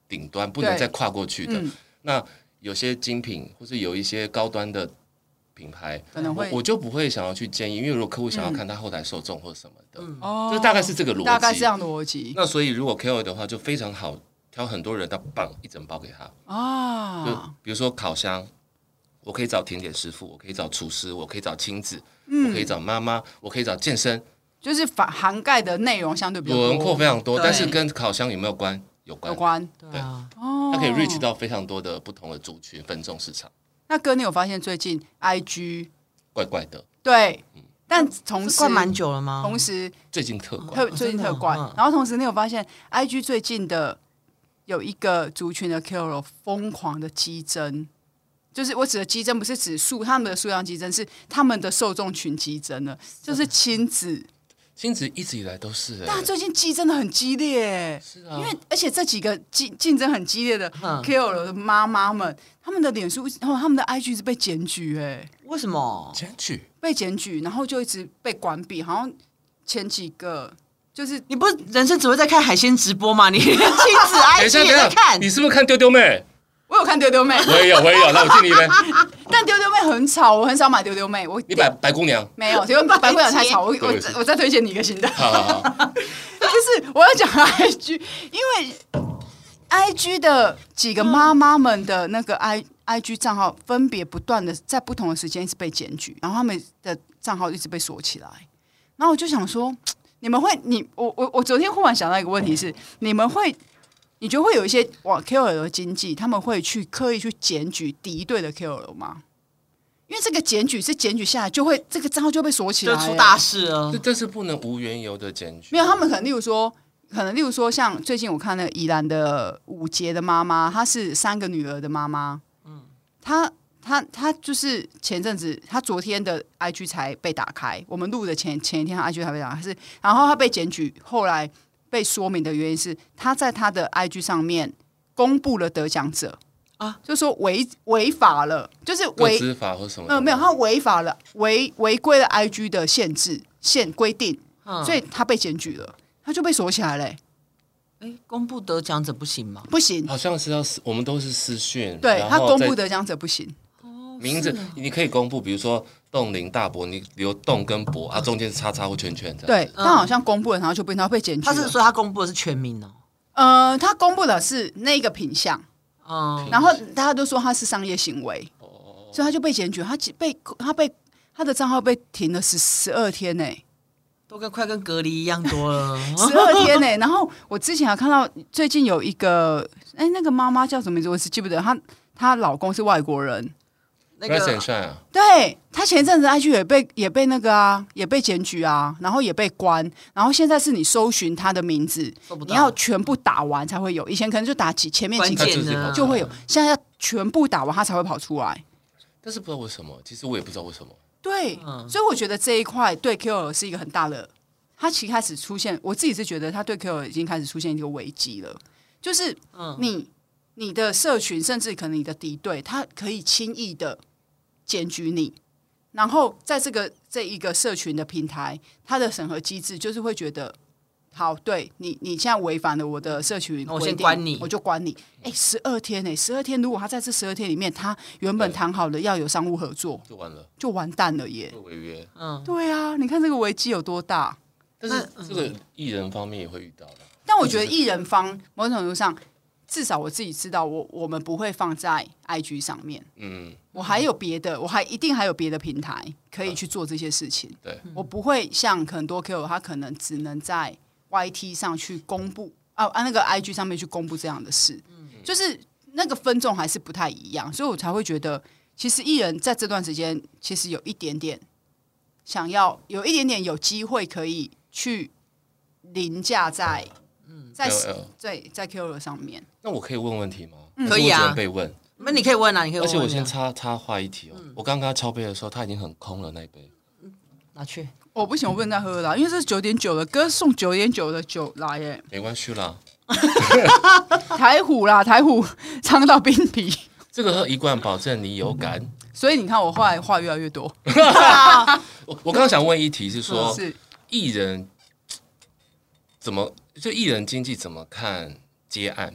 顶端，不能对再跨过去的。嗯那有些精品或是有一些高端的品牌，可能会我我就不会想要去建议，因为如果客户想要看他后台受众或什么的，哦就大概是这个逻辑。大概这样的逻辑那所以如果 KOL 的话，就非常好挑很多人，他棒一整包给他。就啊，比如说烤箱，我可以找甜点师傅，我可以找厨师，我可以找亲子，嗯我可以找妈妈，我可以找健身，就是反涵盖的内容相对比较轮廓多非常多，对但是跟烤箱有没有关？有关有，关对啊，哦它可以 reach 到非常多的不同的族群分众市场，那哥，你有发现最近 IG 怪怪的，对，嗯但同这时怪蛮久了吗？同时最近特怪。特最近特怪真的哦嗯，然后同时你有发现 IG 最近的有一个族群的 KOL 疯狂的激增，就是我指的激增不是指数，他们的数量激增是他们的受众群激增了，就是亲子，亲子一直以来都是、但欸，最近激增的很激烈、欸。是啊因，为而且这几个竞竞争很激烈的嗯 KOL 的妈妈们，他们的脸书然后他们的 IG 是被检举哎、为什么？检举被检举，然后就一直被关闭，好像前几个就是你不是人生只会在看海鲜直播吗？你亲子哎哎 IG 也在看你，是不是看丢丢妹？我有看丢 <laughs> 丢妹，我也有，我也有，那我敬你呗。但丢丢妹很吵，我很少买丢丢妹，我你白白姑娘，没有，丢丢妹白贵鸟太吵，我对我不起我再推荐你一个新的，好 <laughs> 好好，就是我要讲 IG，因为 IG 的几个妈妈们的那个 I IG 账号分别不断的在不同的时间一直被检举，然后他们的账号一直被锁起来，然后我就想说，你们会你我我我昨天忽然想到一个问题是，你们会。你觉得会有一些网 KOL 的经济，他们会去刻意去检举敌对的 KOL 吗？因为这个检举是检举下来就会这个账号就被锁起来、就欸，出大事了这。这是不能无缘由的检举。没有，他们可能例如说，可能例如说，像最近我看那个宜兰的五杰的妈妈，她是三个女儿的妈妈，嗯，她她她就是前阵子，她昨天的 IG 才被打开，我们录的前前一天她 IG 才被打开，是然后她被检举，后来被说明的原因是她在她的 IG 上面公布了得奖者啊，就说违违法了，就是个违资法或什么的？呃，没有，他违法了，违违规了 IG 的限制限规定，嗯所以他被检举了，他就被锁起来了欸、哎，公布得奖者不行吗？不行。好像是要私，我们都是私讯，对然他后公再布得奖者不行，名字，你可以公布，比如说冻龄大伯，你留冻跟伯啊，中间是叉叉或圈圈这样。对，他好像公布了，然后就被他被检举嗯他是啊了。说他公布的是全名哦。呃，他公布的是那个品相，嗯，然后大家都说他是商业行为，所以他就被检举，他被他被他的账号被停了十十二天呢、都跟快跟隔离一样多 <laughs> 了。十二天呢、然后我之前还看到最近有一个，哎、那个妈妈叫什么名字？我是记不得，她她老公是外国人，那 r i s e 个 and shine 啊，对他前一阵子 IG 也被也被那个啊，也被检举啊，然后也被关，然后现在是你搜寻他的名字搜不，到你要全部打完才会有，以前可能就打几前面关几个键他呢就是就会有，现在要全部打完他才会跑出来。但是不知道为什么，其实我也不知道为什么。对，嗯所以我觉得这一块对 QL 是一个很大的，他其实开始出现，我自己是觉得他对 QL 已经开始出现一个危机了，就是嗯你、你的社群，甚至可能你的敌对，他可以轻易的检举你，然后在这个这一个社群的平台，它的审核机制就是会觉得。好，对你，你现在违反了我的社群规定，哦我先关你我就关你。哎、十二天呢、十二天，如果他在这十二天里面，他原本对谈好了要有商务合作，就完了，就完蛋了耶会。违约。嗯，对啊，你看这个危机有多大。但是这个艺人方面也会遇到的，但我觉得艺人方某种程度上，至少我自己知道我，我们不会放在 IG 上面，嗯，我还有别的，我还一定还有别的平台可以去做这些事情。对，嗯我不会像很多 KOL，他可能只能在 YT 上去公布啊啊那个 IG 上面去公布这样的事，就是那个分众还是不太一样，所以我才会觉得，其实艺人在这段时间其实有一点点想要，有一点点有机会可以去凌驾在。在 KOL 对在 KOL 上面，那我可以问问题吗？可以啊还是我只能被问。那你可以问啊，你可以而问且问啊。嗯我先插插话一题哦，我刚刚跟他敲杯的时候，他已经很空了那一杯。拿去，我、哦不行，我不能再喝了啦，因为这是九点九的哥送九点九的酒来耶，没关系啦，台虎啦，台虎尝到冰皮。这个喝一罐保证你有 <laughs> 感。所以你看，我后来话越来越多，我我刚刚想问一题是嗯说，是艺人怎么就艺人经济怎么看接案？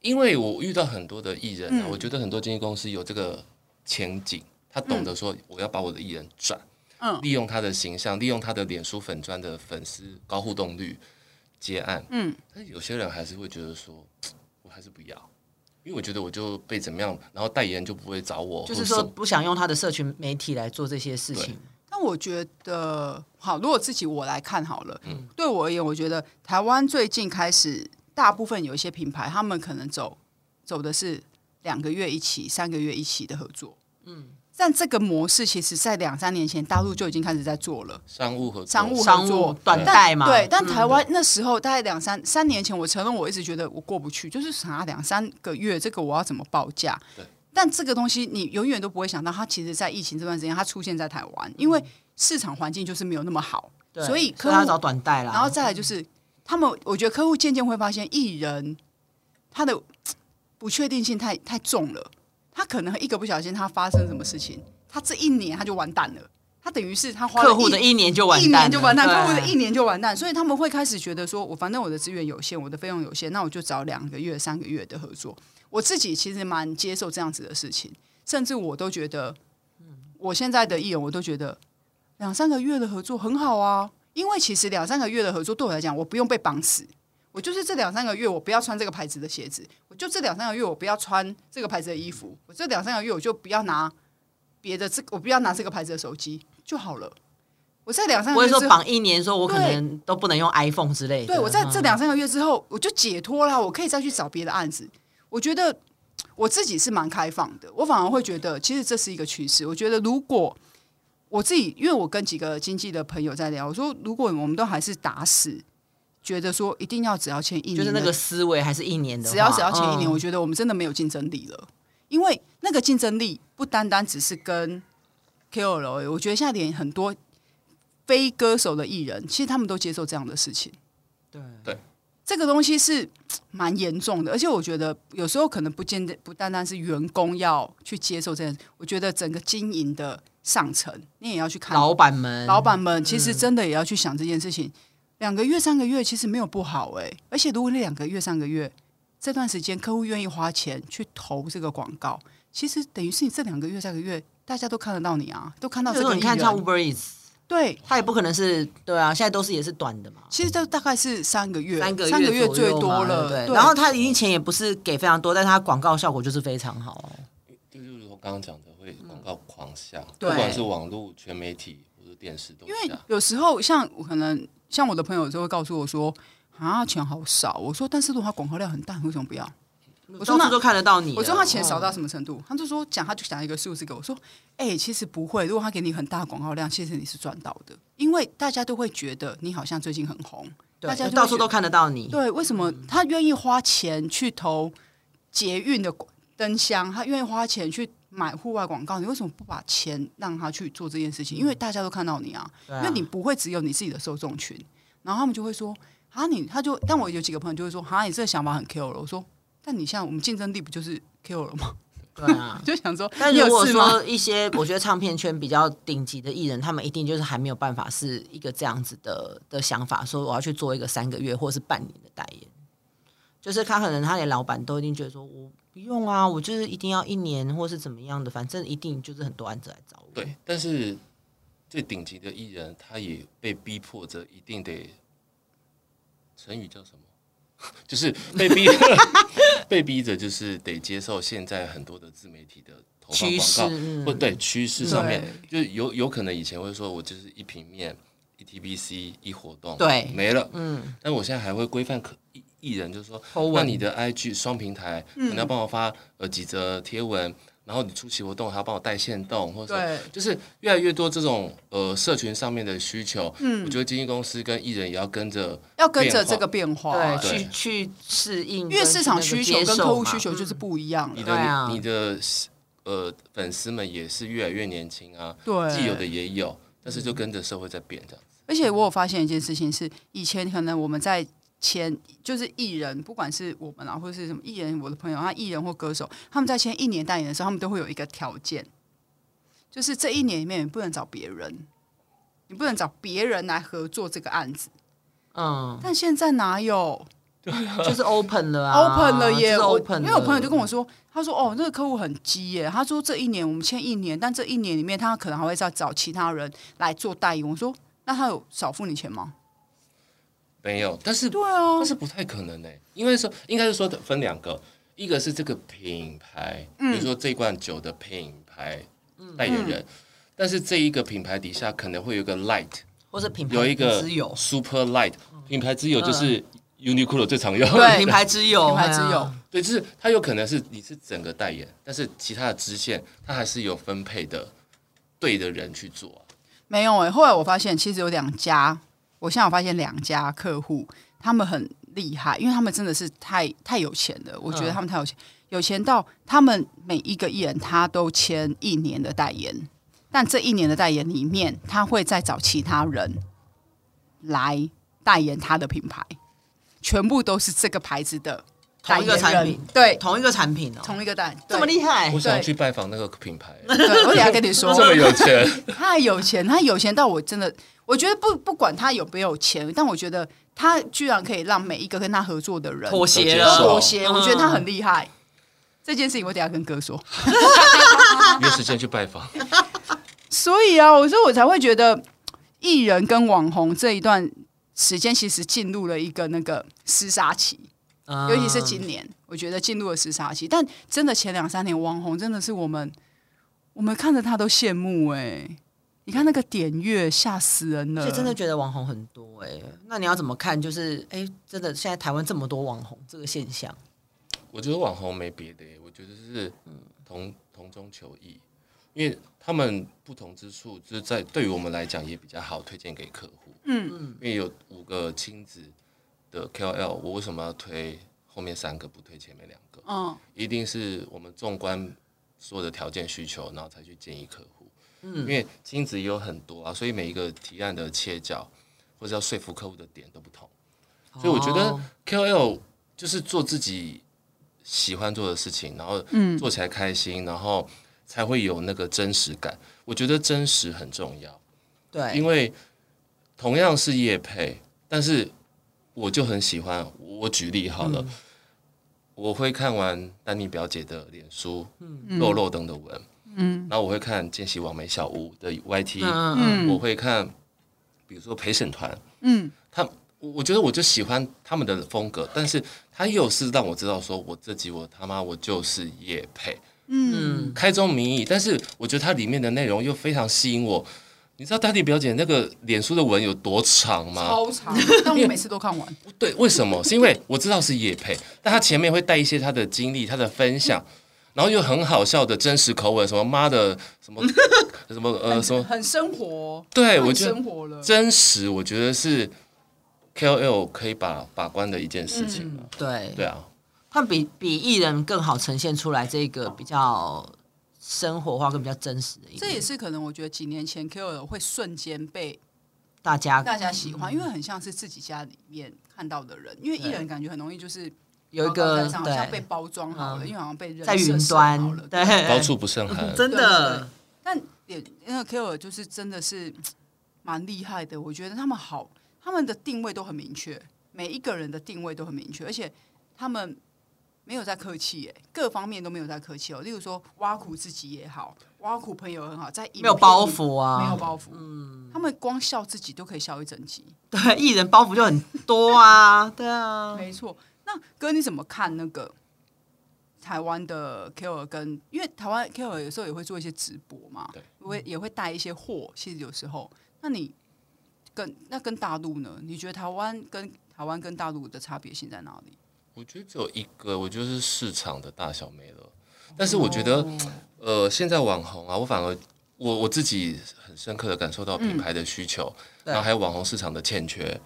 因为我遇到很多的艺人、啊，我觉得很多经纪公司有这个前景，他懂得说我要把我的艺人转，嗯利用他的形象，利用他的脸书粉砖的粉丝高互动率接案，嗯，但是有些人还是会觉得说，我还是不要，因为我觉得我就被怎么样，然后代言就不会找我，就或是者说么不想用他的社群媒体来做这些事情。但我觉得，好，如果自己我来看好了，对我而言，我觉得台湾最近开始，大部分有一些品牌，他们可能走走的是两个月一起、三个月一起的合作，嗯，但这个模式其实在两三年前，大陆就已经开始在做了。商务合作商务商合作务短贷嘛，对，但嗯台湾那时候大概两三三年前，我承认我一直觉得我过不去，就是啥两三个月，这个我要怎么报价对？但这个东西你永远都不会想到，它其实在疫情这段时间它出现在台湾，因为市场环境就是没有那么好，嗯对所以客他要户找短啊贷啦。然后再来就是他们，我觉得客户渐渐会发现艺人他的不确定性太太重了，他可能一个不小心他发生什么事情，他这一年他就完蛋了，他等于是他花了客户的一一年就完一蛋了，年就完蛋，对客户的一年就完蛋，所以他们会开始觉得说，我反正我的资源有限，我的费用有限，那我就找两个月、三个月的合作。我自己其实蛮接受这样子的事情，甚至我都觉得，我现在的艺人我都觉得两三个月的合作很好啊，因为其实两三个月的合作对我来讲，我不用被绑死。我就是这两三个月，我不要穿这个牌子的鞋子；我就这两三个月，我不要穿这个牌子的衣服；我这两三个月，我就不要拿别的这，我不要拿这个牌子的手机就好了。我在两三不个会月说之后绑一年，说我可能都不能用 iPhone 之类的。对我在这嗯两三个月之后，我就解脱啦，我可以再去找别的案子。我觉得我自己是蛮开放的，我反而会觉得，其实这是一个趋势。我觉得如果我自己，因为我跟几个经纪的朋友在聊，我说如果我们都还是打死觉得说一定要只要签一年的，就是那个思维还是一年的话，只要只要前一年，嗯我觉得我们真的没有竞争力了，因为那个竞争力不单单只是跟 KOL，而已我觉得现在连很多非歌手的艺人，其实他们都接受这样的事情。对这个东西是嘖蛮严重的，而且我觉得有时候可能不见得不单单是员工要去接受这件事，我觉得整个经营的上层你也要去看老板们，老板们其嗯实真的也要去想这件事情。两个月、三个月其实没有不好哎、而且如果那两个月、三个月这段时间客户愿意花钱去投这个广告，其实等于是你这两个月、三个月大家都看得到你啊，都看到有这时候个你看艺像人 Uber Eats，对，他也不可能是对啊，现在都是也是短的嘛。其实就大概是三个月，三个三个月月左最右嘛多了，对不对。对然后他一定钱也不是给非常多，但是他广告效果就是非常好哦。就是我刚刚讲的会广告狂下，对不管是网络、全媒体或者电视都因为下。有时候像我可能像我的朋友就会告诉我说啊钱好少，我说但是如果他广告量很大，你为什么不要？我说到那处都看得到你了。我说他钱少到嗯什么程度？他就说讲他就讲一个数字给我说，哎、其实不会，如果他给你很大的广告量，其实你是赚到的，因为大家都会觉得你好像最近很红，对大家就会到处觉都得看得到你。对，啊为什么嗯他愿意花钱去投捷运的灯箱，他愿意花钱去买户外广告，你为什么不把钱让他去做这件事情？因为大家都看到你啊，嗯对啊因为你不会只有你自己的受众群，然后他们就会说啊你，他就，但我有几个朋友就会说啊你这个想法很 Q 了，我说但你像我们竞争力不就是 Q 了吗？。对啊就想说， <laughs> 但你如有果事吗？说一些，我觉得唱片圈比较顶级的艺人，他们一定就是还没有办法是一个这样子的的想法，说我要去做一个三个月或是半年的代言，就是他可能他连老板都一定觉得说我不用啊，我就是一定要一年或是怎么样的，反正一定就是很多案子来找我。对，但是嗯最顶级的艺人，他也被逼迫着一定得，成语叫什么？ <laughs> 就是被 <laughs> 逼，被逼着就是得接受现在很多的自媒体的投放趋广势告，嗯或对趋势上面，对就是有有可能以前会说我就是一平面。一 TBC 一活动，对没了。嗯，但我现在还会规范可艺艺人，就是说口，那吻你的 IG 双平台，嗯可能要帮我发呃几则贴文，然后你出席活动还要帮我带线动，或者什么 <laughs> 对就是越来越多这种呃社群上面的需求。嗯，我觉得经纪公司跟艺人也要跟着要跟着这个变化，啊对去去适应，因为市场需求跟客户需求就是是嗯不一样你了，的、对啊你的呃粉丝们也是越来越年轻啊，对，既有的也有，但是就跟着社会在变这样。而且我有发现一件事情是，以前可能我们在签，就是艺人，不管是我们啊，或是什么艺人，我的朋友，他艺人或歌手，他们在签一年代言的时候，他们都会有一个条件，就是这一年里面你不能找别人，你不能找别人来合作这个案子。嗯，但现在哪有？就是 open 了啊 open 了耶！就是我 open 因了为我朋友就跟我说，他说哦，那个客户很急耶，他说这一年我们签一年，但这一年里面他可能还会再找其他人来做代言。我说那他有少付你钱吗？没有，但是对啊但，是不太可能呢、因为说应该是说分两个，一个是这个品牌，比如说这罐酒的品牌代言人，但是这一个品牌底下可能会有一个 light，或者品牌有一个之友， super light 品牌之友就是 Uniqlo 最常用，对品牌之友，品牌之哎呀友， <laughs> 对，就是它有可能是你是整个代言，但是其他的支线它还是有分配的对的人去做啊、没有哎。后来我发现其实有两家，我现在有发现两家客户他们很厉害，因为他们真的是太太有钱了。我觉得嗯他们太有钱，有钱到他们每一个艺人他都签一年的代言，但这一年的代言里面，他会再找其他人来代言他的品牌，全部都是这个牌子的代同一个言产人品，，对，同一个产品哦，同一个代，这么厉害我，想要对去拜访那个品牌，害，对我等一下跟你说，这么有钱，太有钱，他有钱到我真的，我觉得不不管他有没有钱，但我觉得他居然可以让每一个跟他合作的人妥协了，都受妥协，嗯我觉得他很厉害。这件事情我等一下跟哥说。约时间去拜访。所以啊，我说我才会觉得艺人跟网红这一段时间其实进入了一个那个厮杀期。嗯尤其是今年，我觉得进入了时差期。但真的前两三年，网红真的是我们，我们看着他都羡慕哎、你看那个点阅，吓死人而了！且真的觉得网红很多哎、那你要怎么看？就是哎、真的现在台湾这么多网红这个现象，我觉得网红没别的耶，我觉得是同同中求异，因为他们不同之处，就是在对于我们来讲也比较好推荐给客户。嗯嗯，因为有五个亲子的 KOL，我为什么要推后面三个不推前面两个？嗯，一定是我们纵观所有的条件需求，然后才去建议客户。嗯，因为亲子也有很多啊，所以每一个提案的切角或者要说服客户的点都不同。所以我觉得哦 KOL 就是做自己喜欢做的事情，然后做起来开心，然后才会有那个真实感。我觉得真实很重要，因对，为同样是业配，但是我就很喜欢。我举例好嗯了，我会看完丹妮表姐的脸书、肉肉等的文，嗯，然后我会看见习网美小屋的 YT，嗯嗯啊我会看，比如说陪审团，嗯，他我我觉得我就喜欢他们的风格，但是他又是让我知道说，我这集我他妈我就是叶配，嗯，开宗明义，但是我觉得它里面的内容又非常吸引我。你知道丹迪表姐那个脸书的文有多长吗？超长，但我每次都看 <laughs> 完。对，为什么？是因为我知道是叶配，但他前面会带一些他的经历、他的分享，然后又很好笑的真实口吻，什么妈的，什么 <laughs> 什么呃什么，很生活，对太哎我觉得生活了。真实，我觉得是 KOL 可以把把关的一件事情了。对，对啊，他们比比艺人更好呈现出来这个比较生活化跟比较真实的一面，这也是可能，我觉得几年前 KOL 会瞬间被大家嗯大家喜嗯欢，因为很像是自己家里面看到的人，因为艺人感觉很容易就是有一高高个在上好像被对包装好了，嗯因为好像被人在设云设端好 <laughs> 了，对，高处不胜嗯寒。啊真对的但也那个 K o l 就是真的是蛮厉害的，我觉得他们好，他们的定位都很明确，每一个人的定位都很明确，而且他们没有在客气耶，各方面都没有在客气哦。例如说挖苦自己也好，挖苦朋友也很好，在影没有片包里袱啊，嗯没有包袱，他们光笑自己都可以笑一整集。 <laughs> 对，艺人包袱就很多啊，对嗯啊，没错。那哥，你怎么看那个台湾的 K o l 跟？因为台湾 K o l 有时候也会做一些直播嘛，对，嗯会也会带一些货。其实有时候，那你跟那跟大陆呢？你觉得台湾跟台湾跟大陆的差别性在哪里？我觉得只有一个，我就是市场的大小没了。但是我觉得，哦呃，现在网红啊，我反而我我自己很深刻的感受到品牌的需求，嗯对嗯然后还有网红市场的欠缺，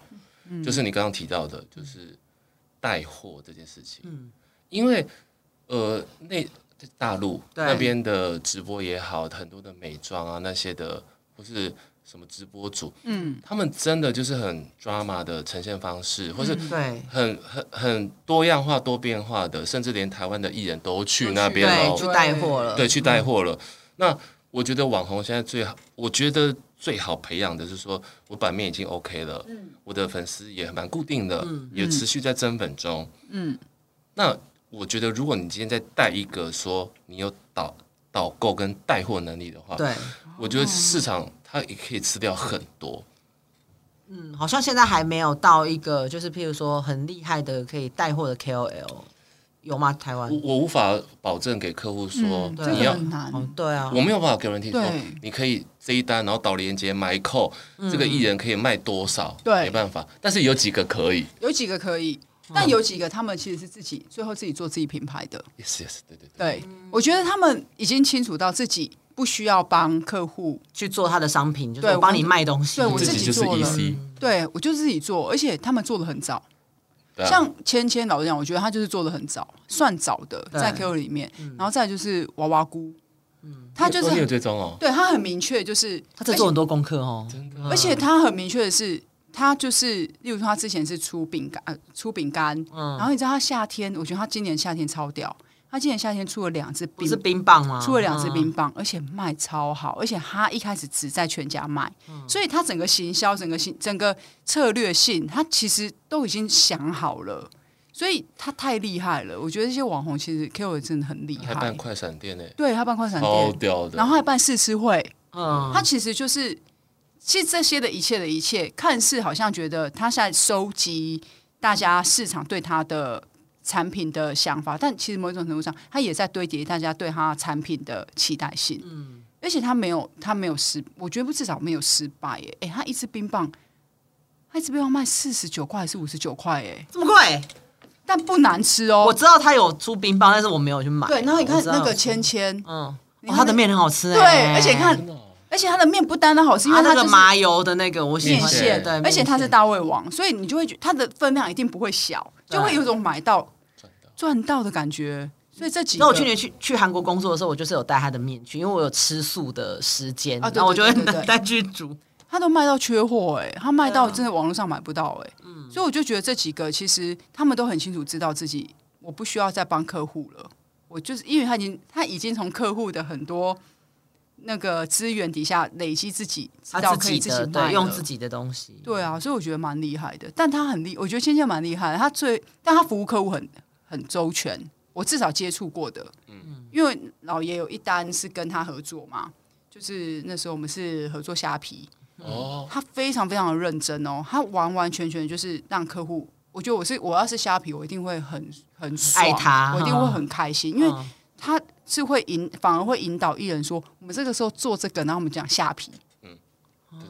就是你刚刚提到的，就是带货这件事情。嗯因为呃，那大陆对那边的直播也好，很多的美妆啊那些的，或是什么直播主，嗯，他们真的就是很 drama 的呈现方式，或是对很很很多样化、多变化的，甚至连台湾的艺人都去那边对，嗯喽去，带货了，对，去带货了。那我觉得网红现在最好，我觉得最好培养的是说，我版面已经 OK 了，嗯我的粉丝也蛮固定的，也持续在增粉中，嗯那我觉得如果你今天再带一个说你有导导购跟带货能力的话，对，哦我觉得市场它也可以吃掉很多，嗯，好像现在还没有到一个，就是譬如说很厉害的可以带货的 KOL，有吗？台湾我？我无法保证给客户说嗯，嗯这对你个要很难。哦，对啊我，没有办法给人听说对，你可以这一单，然后导连接买扣，这个艺人可以卖多少？嗯对没办法。但是有几个可以有几个可以，嗯但有几个他们其实是自己最后自己做自己品牌的。 ，yes yes，对对对，对，我觉得他们已经清楚到自己不需要帮客户，去做他的商品，就是对我帮我你卖东西。对我自自己己就是做了 EC，对我就自己做，而且他们做的很早。对啊像芊芊老实讲，我觉得他就是做的很早，算早的，对在 Q 里面，然后再来就是娃娃菇，他就嗯哦你有是追踪哦，对他很明确，就是他在而且做很多功课哦，而且他很明确的是，他就是，例如说他之前是出饼干，呃出饼干，嗯然后你知道他夏天，我觉得他今年夏天超屌，他今年夏天出了两支不冰是，冰棒吗？啊出了两支嗯冰棒，而且卖超好，而且他一开始只在全家卖，嗯所以他整个行销、整个行、整个策略性，他其实都已经想好了。所以他太厉害了，我觉得这些网红其实 K O 真的很厉还办害，快哦闪店呢，对他办快闪超店，屌的。然后还办试吃会，嗯，他其实就是，其实这些的一切的一切，看似好像觉得他在收集大家市场对他的产品的想法，但其实某一种程度上，他也在堆叠大家对他产品的期待性。嗯，而且他没有，他没有失，我觉得至少没有失败耶。哎、他一支冰棒，他一支冰棒卖四十九块还是五十九块？哎，这么贵？但不难吃哦。我知道他有出冰棒，但是我没有去买。对，然后你我看知道那个芊芊，嗯，哦看他的面很好吃哎。对，而且你看，哦而且他的面不单单好吃，因他为他那就个是麻油的那个，我喜面欢线对，对而且它面是线大胃王，所以你就会觉得它的分量一定不会小，对就会有种买到赚到的感觉。所以这几个，那我去年去去韩国工作的时候，我就是有带他的面去，因为我有吃素的时间，啊对然后我就对会对对对带去煮。他都卖到缺货哎、他卖到对啊嗯真的网络上买不到哎、所以我就觉得这几个其实他们都很清楚知道自己，我不需要再帮客户了，我就是因为他已经他已经从客户的很多那个资源底下累积自己，知道他可自以己自己的卖对，用了自己的东西。对啊，所以我觉得蛮厉害的。但他很厉，我觉得芊芊蛮厉害的。他最，但他服务客户很很周全，我至少接触过的。嗯，因为老爷有一单是跟他合作嘛，就是那时候我们是合作虾皮，哦，他非常非常的认真哦，他完完全全就是让客户。我觉得我是我要是虾皮，我一定会很很爽爱他我一定会很开心，因为嗯他是会引，反而会引导艺人说，我们这个时候做这个，然后我们讲虾皮，对对对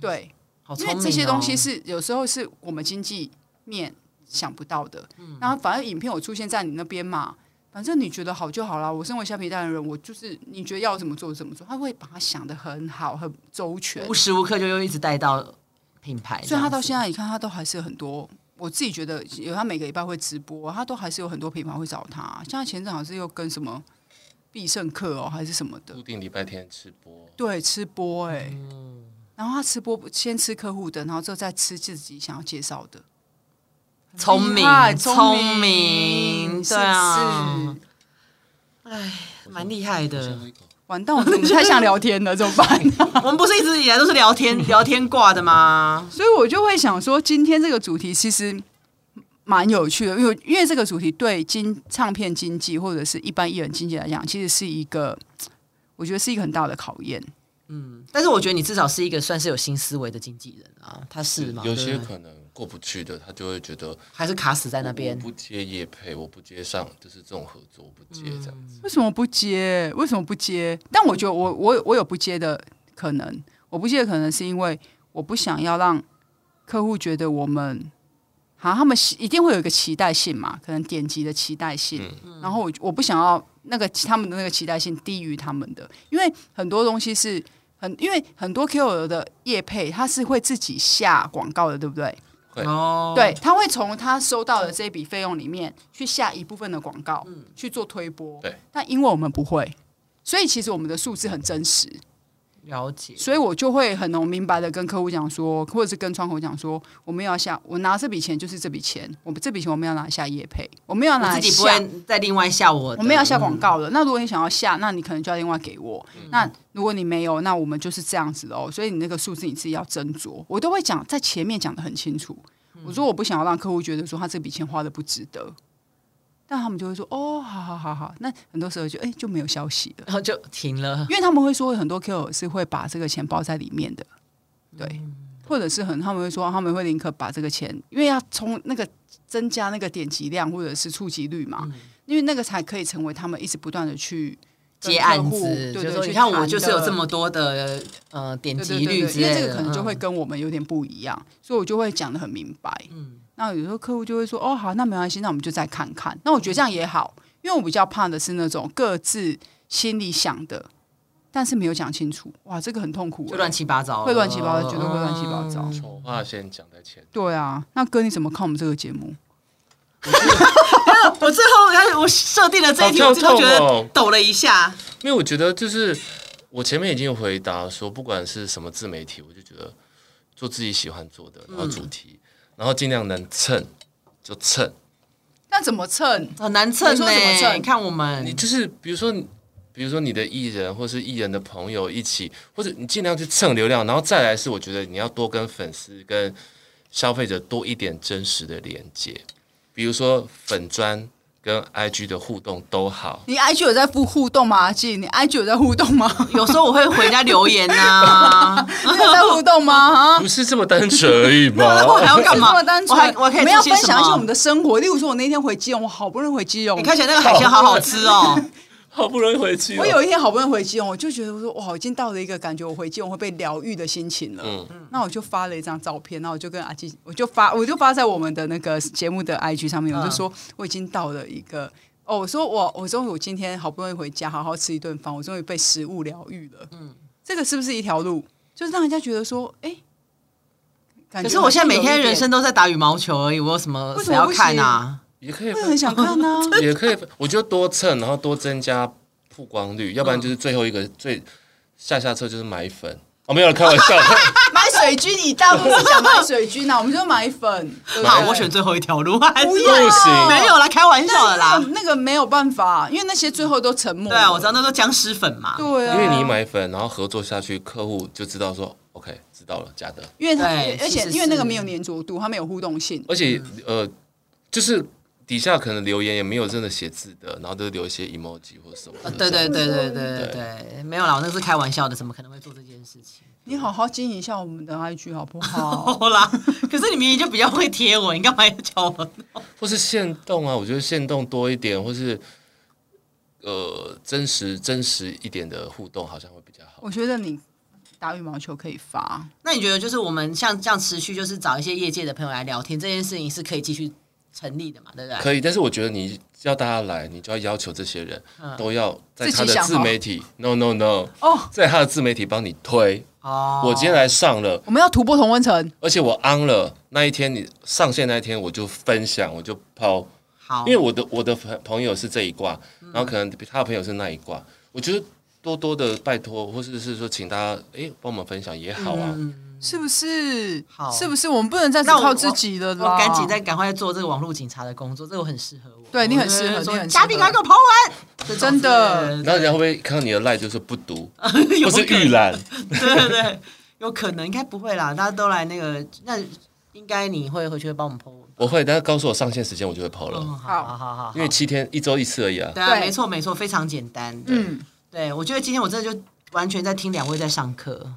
对对，好因聪为明哦这些东西是有时候是我们经济面想不到的。然后反正影片有出现在你那边嘛，反正你觉得好就好啦。我身为虾皮代言人，我就是你觉得要怎么做就怎么做，他会把它想的很好，很周全。无时无刻就又一直带到品牌，所以他到现在在，你看他都还是有很多。我自己觉得有他每个礼拜会直播，他都还是有很多品牌会找他。像他前阵好像是又跟什么必胜客哦，还是什么嗯的对，，固定礼拜天吃播，对，吃播哎、嗯然后他吃播先吃客户的，然后之后再吃自己想要介绍的，聪明厉害聪聪明，是对啊不，是蛮厉害的。喝一口完蛋，我们太想聊天了，怎 <laughs> 么办？我们不是一直以来都是聊 <laughs> 天聊天挂的吗？所以我就会想说，今天这个主题其实蛮有趣的，因为因为这个主题对经唱片经济或者是一般艺人经济来讲，其实是一个，我觉得是一个很大的考验。但是我觉得你至少是一个算是有新思维的经纪人啊，他是吗？有对不些对可能过不去的，他就会觉得还是卡死在那我边。不接业配，我不接上，就是这种合作我不接这样子。为什么不接？为什么不接？但我觉得我我我有不接的可能，我不接的可能是因为我不想要让客户觉得我们。好，他们喜一定会有一个期待性嘛，可能点击的期待性。然后我我不想要那个他们的那个期待性低于他们的，因为很多东西是很，因为很多 KOL 的业配他是会自己下广告的，对不对？对哦，对，他会从他收到的这一笔费用里面去下一部分的广告，去做推播。对，但因为我们不会，所以其实我们的数字很真实。了解，所以我就会很能明白的跟客户讲说，或者是跟窗口讲说，我们要下，我拿这笔钱就是这笔钱，我们这笔钱我们要拿下业配，我们要我拿自己不下会再另外下我的，嗯我们要下广告了。那如果你想要下，那你可能就要另外给我。那如果你没有，那我们就是这样子哦。所以你那个数字你自己要斟酌。我都会讲在前面讲的很清楚。嗯我说我不想要让客户觉得说他这笔钱花的不值得，但他们就会说哦，好好好好。那很多时候就哎、就没有消息了，然 <laughs> 后就停了。因为他们会说很多 KOL 是会把这个钱包在里面的，对，嗯或者是很他们会说他们会宁可把这个钱，因为要从那个增加那个点击量或者是触及率嗯嘛，因为那个才可以成为他们一直不断的去跟接案嗯客户子，就对对，是说去你看谈我就是有的这么多的呃点对对击对对率之因类的，为这个可能就会嗯跟我们有点不一样，所以我就会讲的很明白。嗯，那有时候客户就会说：“哦，好，那没关系，那我们就再看看。”那我觉得这样也好，因为我比较怕的是那种各自心里想的，但是没有讲清楚，哇，这个很痛苦欸，就乱七哦八糟了，嗯会乱七八糟，绝对会乱七八糟。丑话先讲在前，对啊，那哥你怎么看我们这个节目？我最后哎我设定了这一题，好我最后觉跳痛哦得抖了一下，因为我觉得就是我前面已经有回答说，不管是什么自媒体，我就觉得做自己喜欢做的，嗯然后主题，然后尽量能蹭就蹭。那怎么蹭？很难蹭你说呢、怎么蹭你看我你们就是比如说你，比如说你的艺人或是艺人的朋友一起，或者你尽量去蹭流量，然后再来是我觉得你要多跟粉丝跟消费者多一点真实的连接，比如说粉砖跟 IG 的互动 <laughs> 都好。你 IG 有在互互动吗？阿纪，你 IG 有在互动吗？ <laughs> 有时候我会回人家留言 <laughs> 呐、你有在互动吗？啊？不是这么单纯而已 <laughs> 那我还吗？要干嘛？这么单纯，我还我可以们要做些分享一些什我么们的生活。例如说，我那天回基隆，我好不容易回基隆你，看起来那个海鲜好好吃哦，好不容易回去了，我有一天好不容易回基隆，我就觉得我说哇，我已经到了一个感觉我回基隆会被疗愈的心情了。嗯那我就发了一张照片，然后我就跟阿基，我就发，我就发在我们的那个节目的 IG 上面，我就说我已经到了一个。哦，我说我，我说我今天好不容易回家，好好吃一顿饭，我终于被食物疗愈了。嗯，这个是不是一条路？就是让人家觉得说，哎、感可觉是我现在每好像天有一点人生都在打羽毛球而已，我有什么为谁什么要不看啊？也可以会很想看啊呢、 <laughs> 也可以，我觉得多蹭，然后多增加曝光率，要不然就是最后一个最下下策就是买粉。哦，没有，开玩笑。买水军，你大陆是想买水军呐、啊我们就买粉。对不对好，我选最后一条路，还是不要不行没有啦，开玩笑的啦那。那个没有办法，因为那些最后都沉默。对啊，我知道。那都僵尸粉嘛。对啊，因为你，买粉，然后合作下去，客户就知道说，OK，知道了，假的。因为他对而其且实因为那个是没有粘着度，它没有互动性。而且、呃，就是底下可能留言也没有真的写字的，然后都留一些 emoji 或什么呃的。对对对对对对对，没有啦，我那是开玩笑的，怎么可能会做这件事情？ <laughs> 你好好经营一下我们的 IG 好不好？好啦，可是你明明就比较会贴我，你干嘛要叫我？或是限动啊，我觉得限动多一点，或是呃真实真实一点的互动，好像会比较好。我觉得你打羽毛球可以发， <laughs> 那你觉得就是我们像这样持续，就是找一些业界的朋友来聊天，这件事情是可以继续成立的嘛？对不对？可以，但是我觉得你要大家来，你就要要求这些人、都要在嗯自己他的想自好媒体，no no no，哦，在他的自媒体帮你推。哦我今天来上了，我们要突破同温层。而且我 on 了那一天，你上线那一天我就分享，我就抛，好，因为我的我的朋朋友是这一卦，嗯然后可能他的朋友是那一卦，我觉得多多的拜托，或者是说请大家哎帮我们分享也好啊，嗯嗯是不是？好是不是？我们不能再只那我靠自己了啦！我赶紧再赶快做这个网络警察的工作，这个我很适合我。对你很适合我就是说你很适合嘉宾赶快给我跑完，这种真的是然后人家会不会看到你的赖就是不读，哎有或是可能预览？对对对，有可能应该不会啦，大家都来那个，那应该你会回去会帮我们 PO 文。我会，但是告诉我上线时间我就会抛了，嗯，哦好好好好，因为七天一周一次而已啊。对啊，对没错没错，非常简单。嗯，嗯，对，我觉得今天我真的就完全在听两位在上课。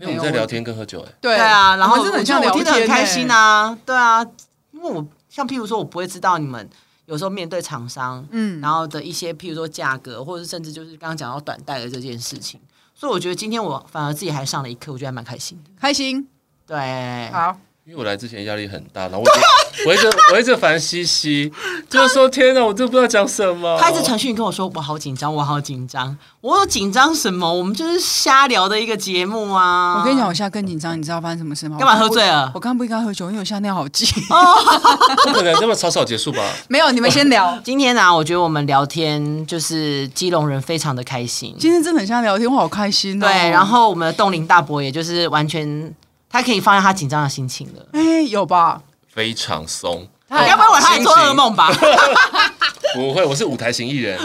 因为我们在聊天跟喝酒、哎，对对啊，然后我们真的我很觉像得我聊听得很天开欸心。啊，对啊，因为我像譬如说，我不会知道你们有时候面对厂商，嗯然后的一些譬如说价格，或者是甚至就是刚刚讲到短贷的这件事情，所以我觉得今天我反而自己还上了一课，我觉得还蛮开心的。开心，对，好，因因为我来之前压力很大，然后我 <laughs> 就我一直我一直烦西西，就是说天哪，我真不知道讲什么。他一直传讯跟我说我好紧张，我好紧张，我有紧张什么？我们就是瞎聊的一个节目啊！我跟你讲，我现在更紧张，你知道发生什么事吗？干嘛我刚喝醉了哦不我刚不应该喝酒，因为我现在尿好急。不可能这么草草结束吧？ <laughs> 没有，你们先 <laughs> 聊。今天呢、啊我觉得我们聊天就是基隆人非常的开心，今天真的很像聊天，我好开心哦。对，然后我们的冻龄大伯也就是完全他可以放下他紧张的心情了。哎、有吧？非常松，他该不会他还做噩梦吧？不会，我是舞台型艺人，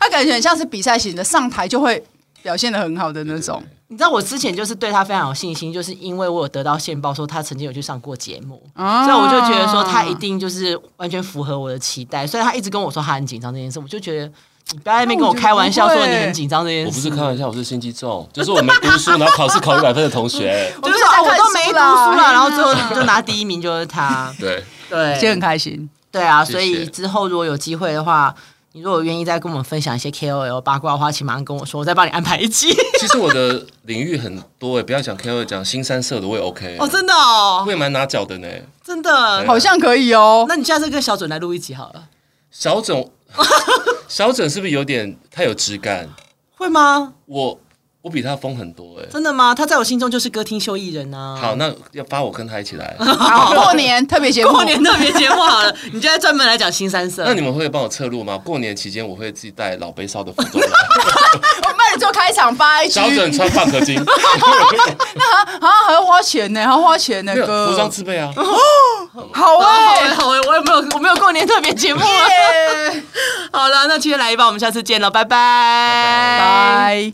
他感觉很像是比赛型的，上台就会表现的很好的那种。 <laughs> 你知道我之前就是对他非常有信心，就是因为我有得到线报说他曾经有去上过节目，啊所以我就觉得说他一定就是完全符合我的期待。虽然他一直跟我说他很紧张这件事，我就觉得你不要在那边跟我开玩笑那我觉说得不你会很紧张这件事。我不是开玩笑，我是心机重，就是我没读书，然后考试考一百分的同学。。就是啊我哦不是我都没在看书读啦书了，然后最哎后呀就拿第一名就是他对，对，就很开心。对啊，谢谢所以之后如果有机会的话，你如果愿意再跟我们分享一些 KOL 八卦的话，请马上跟我说，我再帮你安排一 <laughs> 集。其实我的领域很多欸诶，不要讲 K 二，讲新三社的我也 OK，哦，真的哦我，也蛮拿脚的呢。真的。啊好像可以哦。 <laughs> 那你下次跟小准来录一集好了，<laughs> 小整，小整是不是有点太有质感？会吗？我我比他疯很多哎。真的吗？他在我心中就是歌厅秀艺人啊。好，那要发我跟他一起来。好，过年特别节目，过年特别节目好了， <laughs> 你就在专门来讲新三色。那你们会帮我侧录吗？过年期间我会自己带老杯烧的服装来，我们帮你做开场发一局，小整穿蚌壳金，啊，还要花钱呢，还要花钱呢，没有哥，服装自备啊。好好哎、哎、好哎、我也没有，我没有过年特别节 <laughs> 目啊。耶 <laughs> 好了，那今天来一把，我们下次见了，拜拜。拜。